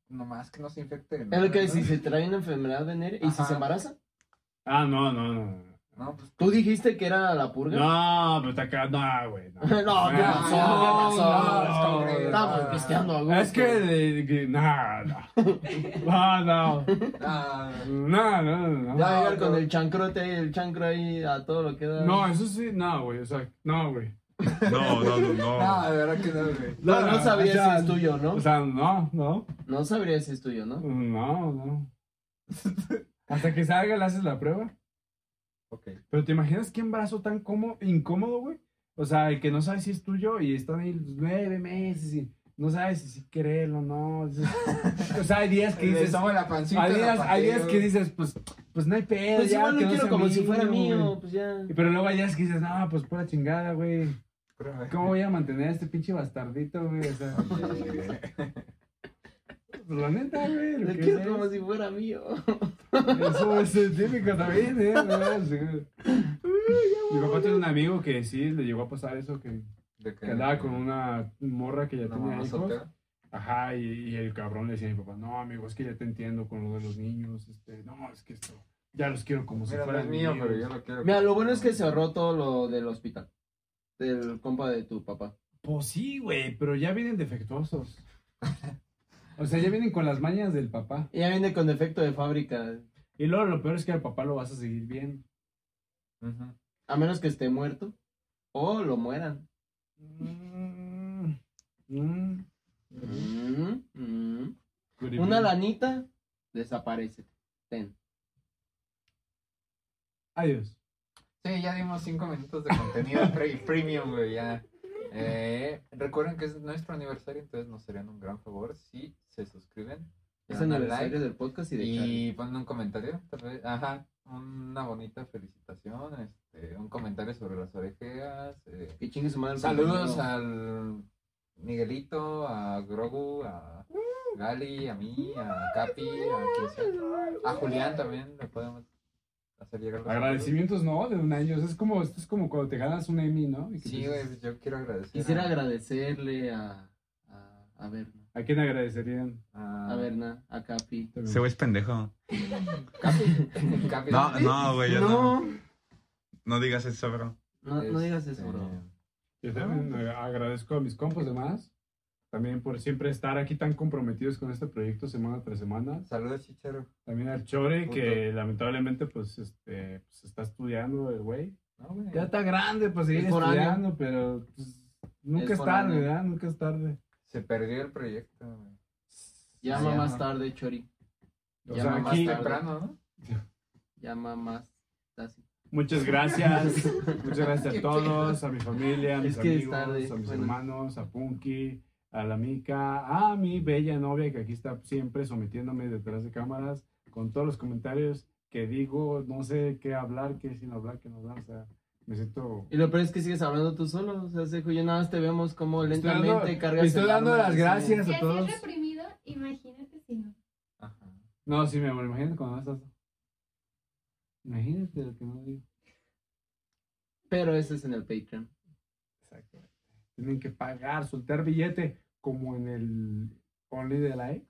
S2: Nomás que no se infecte.
S3: Es lo que
S2: ¿no?
S3: si se trae una enfermedad venérea y si
S2: Ajá.
S3: se embaraza.
S1: Ah, no, no, no.
S2: No, pues.
S3: Tú dijiste que era la purga.
S1: No, pero está acá, no, güey. No,
S3: No, ¿qué
S1: Ah, no,
S3: pasó? ¿Qué
S1: no,
S3: pasó?
S2: No,
S1: no,
S3: Estamos
S2: Ah.
S3: pisteando a
S1: no.
S3: gusto.
S1: Es que, de- que- no, no. No, no.
S2: Ah,
S1: No, no, no.
S3: Ya va a llegar
S2: No,
S3: con
S2: no.
S3: el chancrote ahí, el chancro ahí a todo lo que da.
S1: No, eso sí, no, güey. O sea, no, güey.
S5: No, no, no,
S2: no,
S5: no.
S2: de verdad que no, güey.
S3: No, no sabría
S1: o sea,
S3: si es tuyo, ¿no?
S1: O sea, no, no.
S3: No sabría si es tuyo, ¿no?
S1: No, no. Hasta que salga le haces la prueba.
S2: Ok.
S1: Pero te imaginas qué embarazo tan cómo- incómodo, güey. O sea, el que no sabe si es tuyo y están ahí los nueve meses y no sabes si sí quererlo o no. O sea, hay días que
S2: Le
S1: dices.
S2: soba la pancita.
S1: Hay
S2: la
S1: días, hay días
S2: pateo.
S1: que dices, pues, pues no hay pedo.
S3: Pues
S1: ya,
S3: igual
S1: que
S3: lo
S1: no
S3: quiero
S1: sea
S3: como si fuera mío,
S1: güey.
S3: pues ya.
S1: Y Pero luego hay días que dices, no, pues pura chingada, güey. ¿Cómo voy a mantener a este pinche bastardito, güey? O sea, pues, la neta, güey. lo
S3: Lo
S1: que
S3: quiero
S1: es.
S3: como si fuera mío.
S1: Eso es típico también, ¿eh? ¿verdad? Sí. Mi papá tiene un amigo que sí le llegó a pasar eso, que,
S2: De
S1: que andaba con una morra que ya
S2: No,
S1: tenía
S2: no,
S1: hijos.
S2: soltero.
S1: Ajá, y, y el cabrón le decía a mi papá, no, amigo, es que ya te entiendo con lo de los niños, este, no, es que esto, ya los quiero como si
S2: Mira, no
S1: fueran
S2: es mío,
S1: míos".
S2: pero yo lo quiero.
S3: Mira, lo bueno es que se ahorró todo lo del hospital. Del compa de tu papá.
S1: Pues sí, güey, pero ya vienen defectuosos. O sea, ya vienen con las mañas del papá.
S3: Ella viene con defecto de fábrica.
S1: Y luego lo peor es que al papá lo vas a seguir viendo.
S2: Ujú.
S3: A menos que esté muerto. O lo mueran.
S1: Mm, mm,
S3: Mm, mm.
S1: could it
S3: Una
S1: be?
S3: lanita desaparece. Ten.
S1: Adiós.
S2: Sí, ya dimos 5 minutos de contenido pre- premium, güey, ya. Eh, recuerden que es nuestro aniversario, entonces nos serían un gran favor si se suscriben. le
S3: Es
S2: dan al
S3: aniversario
S2: like
S3: del podcast y de Charlie.
S2: y ponen un comentario, tal vez, ajá, una bonita felicitación, este, un comentario sobre las orejeas. eh,
S3: Que chingue su madre. el
S2: Saludos
S3: contenido.
S2: al Miguelito, a Grogu, a Gali, a mí, a Capi, a, quien sea.
S3: Ah,
S2: a Julián también, le podemos hacer llegar los
S1: Agradecimientos no, de un año. O sea, es como, esto es como cuando te ganas un Emmy, ¿no? Y
S2: saludos.
S1: que
S2: Sí,
S1: te-
S2: güey, yo quiero agradecer.
S3: Quisiera
S2: a-
S3: agradecerle a, a, a Berna,
S1: ¿A quién agradecerían?
S2: a,
S3: a Berna, a Capi.
S1: También.
S5: Ese güey es pendejo.
S2: Capi. Capi.
S5: No, no, güey, yo no.
S3: No,
S5: No digas eso, bro.
S3: no, no digas eso,
S2: Este,
S3: bro.
S1: Yo también ag- agradezco a mis compas demás. También por siempre estar aquí tan comprometidos con este proyecto semana tras semana.
S2: Saludos, Chicharo.
S1: También al Chore,
S2: Puto.
S1: que lamentablemente pues este pues, está estudiando el güey.
S2: No, güey.
S1: Ya está grande para seguir
S3: Es foráneo.
S1: estudiando, pero pues, nunca
S3: Es
S1: es, tarde,
S3: foráneo.
S1: ¿verdad? Nunca es tarde.
S2: Se perdió el proyecto, güey.
S3: Llama
S2: Ya.
S3: más tarde, Chori.
S1: O
S3: Ya
S1: sea,
S3: no más
S1: aquí,
S3: tarde.
S2: Temprano, ¿no?
S3: Llama más. Así.
S1: muchas gracias. Muchas gracias a todos, a mi familia, a mis
S3: Es que es
S1: amigos,
S3: tarde,
S1: a mis
S3: bueno.
S1: hermanos, a Punky, a la Mica, a mi bella novia que aquí está siempre sometiéndome detrás de cámaras con todos los comentarios que digo, no sé qué hablar, qué sin hablar, qué no hablar, o sea, me siento...
S3: Y lo peor es que sigues hablando tú solo. O sea, Sejo, yo nada más te vemos como lentamente
S1: dando- me
S3: cargas.
S1: estoy
S3: el
S1: dando
S3: arma,
S1: las
S3: así.
S1: gracias.
S4: Si
S1: a
S4: así
S1: todos.
S4: es reprimido, imagínate si no.
S2: Ajá.
S1: No, sí, mi amor, imagínate cuando no estás... Imagínate lo que no digo.
S3: Pero ese es en el Patreon.
S1: Exacto. Tienen que pagar, soltar billete, como en el Only de la ex.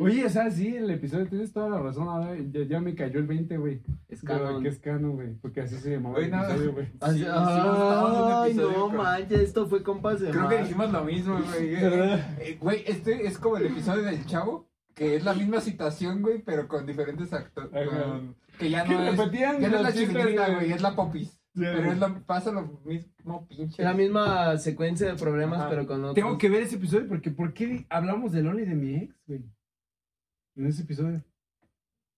S1: Oye, o sea, sí, el episodio tienes toda la razón. Ahora ya, ya me cayó el 20, güey.
S3: Es
S1: De lo
S3: canon.
S1: Que es canon, güey. Porque así se llamaba
S2: Güey,
S1: el
S2: no.
S1: episodio, güey.
S3: Así-
S2: Sí, sí, estaba
S3: ah, Ay,
S2: en un episodio
S3: no
S2: con-
S3: manches, esto fue compas de
S2: Creo que
S3: más.
S2: dijimos lo mismo, güey.
S1: ¿Verdad?
S2: Eh, Güey, este es como el episodio del chavo, que es la misma citación, güey, pero con diferentes actores.
S1: Ajá.
S2: Que ya
S1: Que
S2: no es.
S1: repetían
S2: Ya no es
S1: los
S2: la
S1: chistes,
S2: chiquita,
S1: güey.
S2: güey, es la popis. Pero es lo- pasa lo mismo pinche.
S3: La misma secuencia de problemas,
S2: Ajá.
S3: pero con otros.
S1: Tengo que ver ese episodio porque ¿por qué hablamos del Only de mi ex, güey? En ese episodio.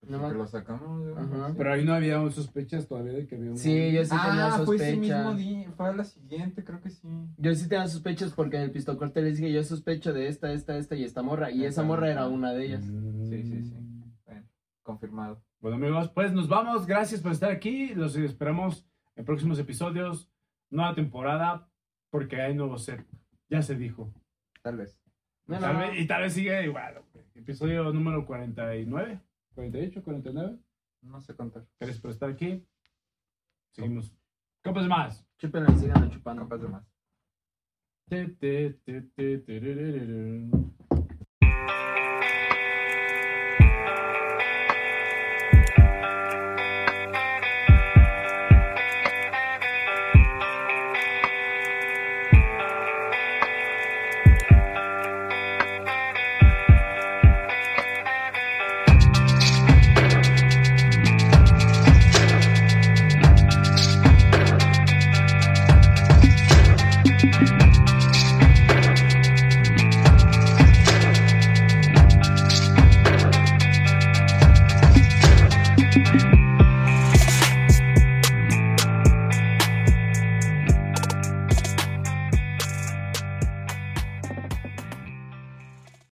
S2: Porque lo sacamos, güey.
S3: Ajá.
S1: Pero ahí no había sospechas todavía de que había un.
S3: Sí, yo sí tenía
S2: Ah, fue ese
S3: sospechas.
S2: mismo día. Fue a la siguiente, creo que sí.
S3: Yo sí tenía sospechas porque en el pistocorte les dije, yo sospecho de esta, esta, esta y esta morra. Y esa morra era una de ellas.
S1: Sí,
S2: Sí, sí, sí. Bueno, confirmado.
S1: Bueno, amigos, pues nos vamos. Gracias por estar aquí. Los esperamos en próximos episodios, nueva temporada, porque hay nuevo set. Ya se dijo.
S2: Tal vez.
S3: No,
S1: Tal
S3: no,
S1: vez- y tal vez sigue igual. güey. Episodio número 49, 48, 49.
S2: No sé contar.
S1: Gracias por estar aquí. Seguimos. Copas más.
S3: chúpenla, síganla chupando.
S2: Compas de más.
S1: Te, te, te, te, tererererun.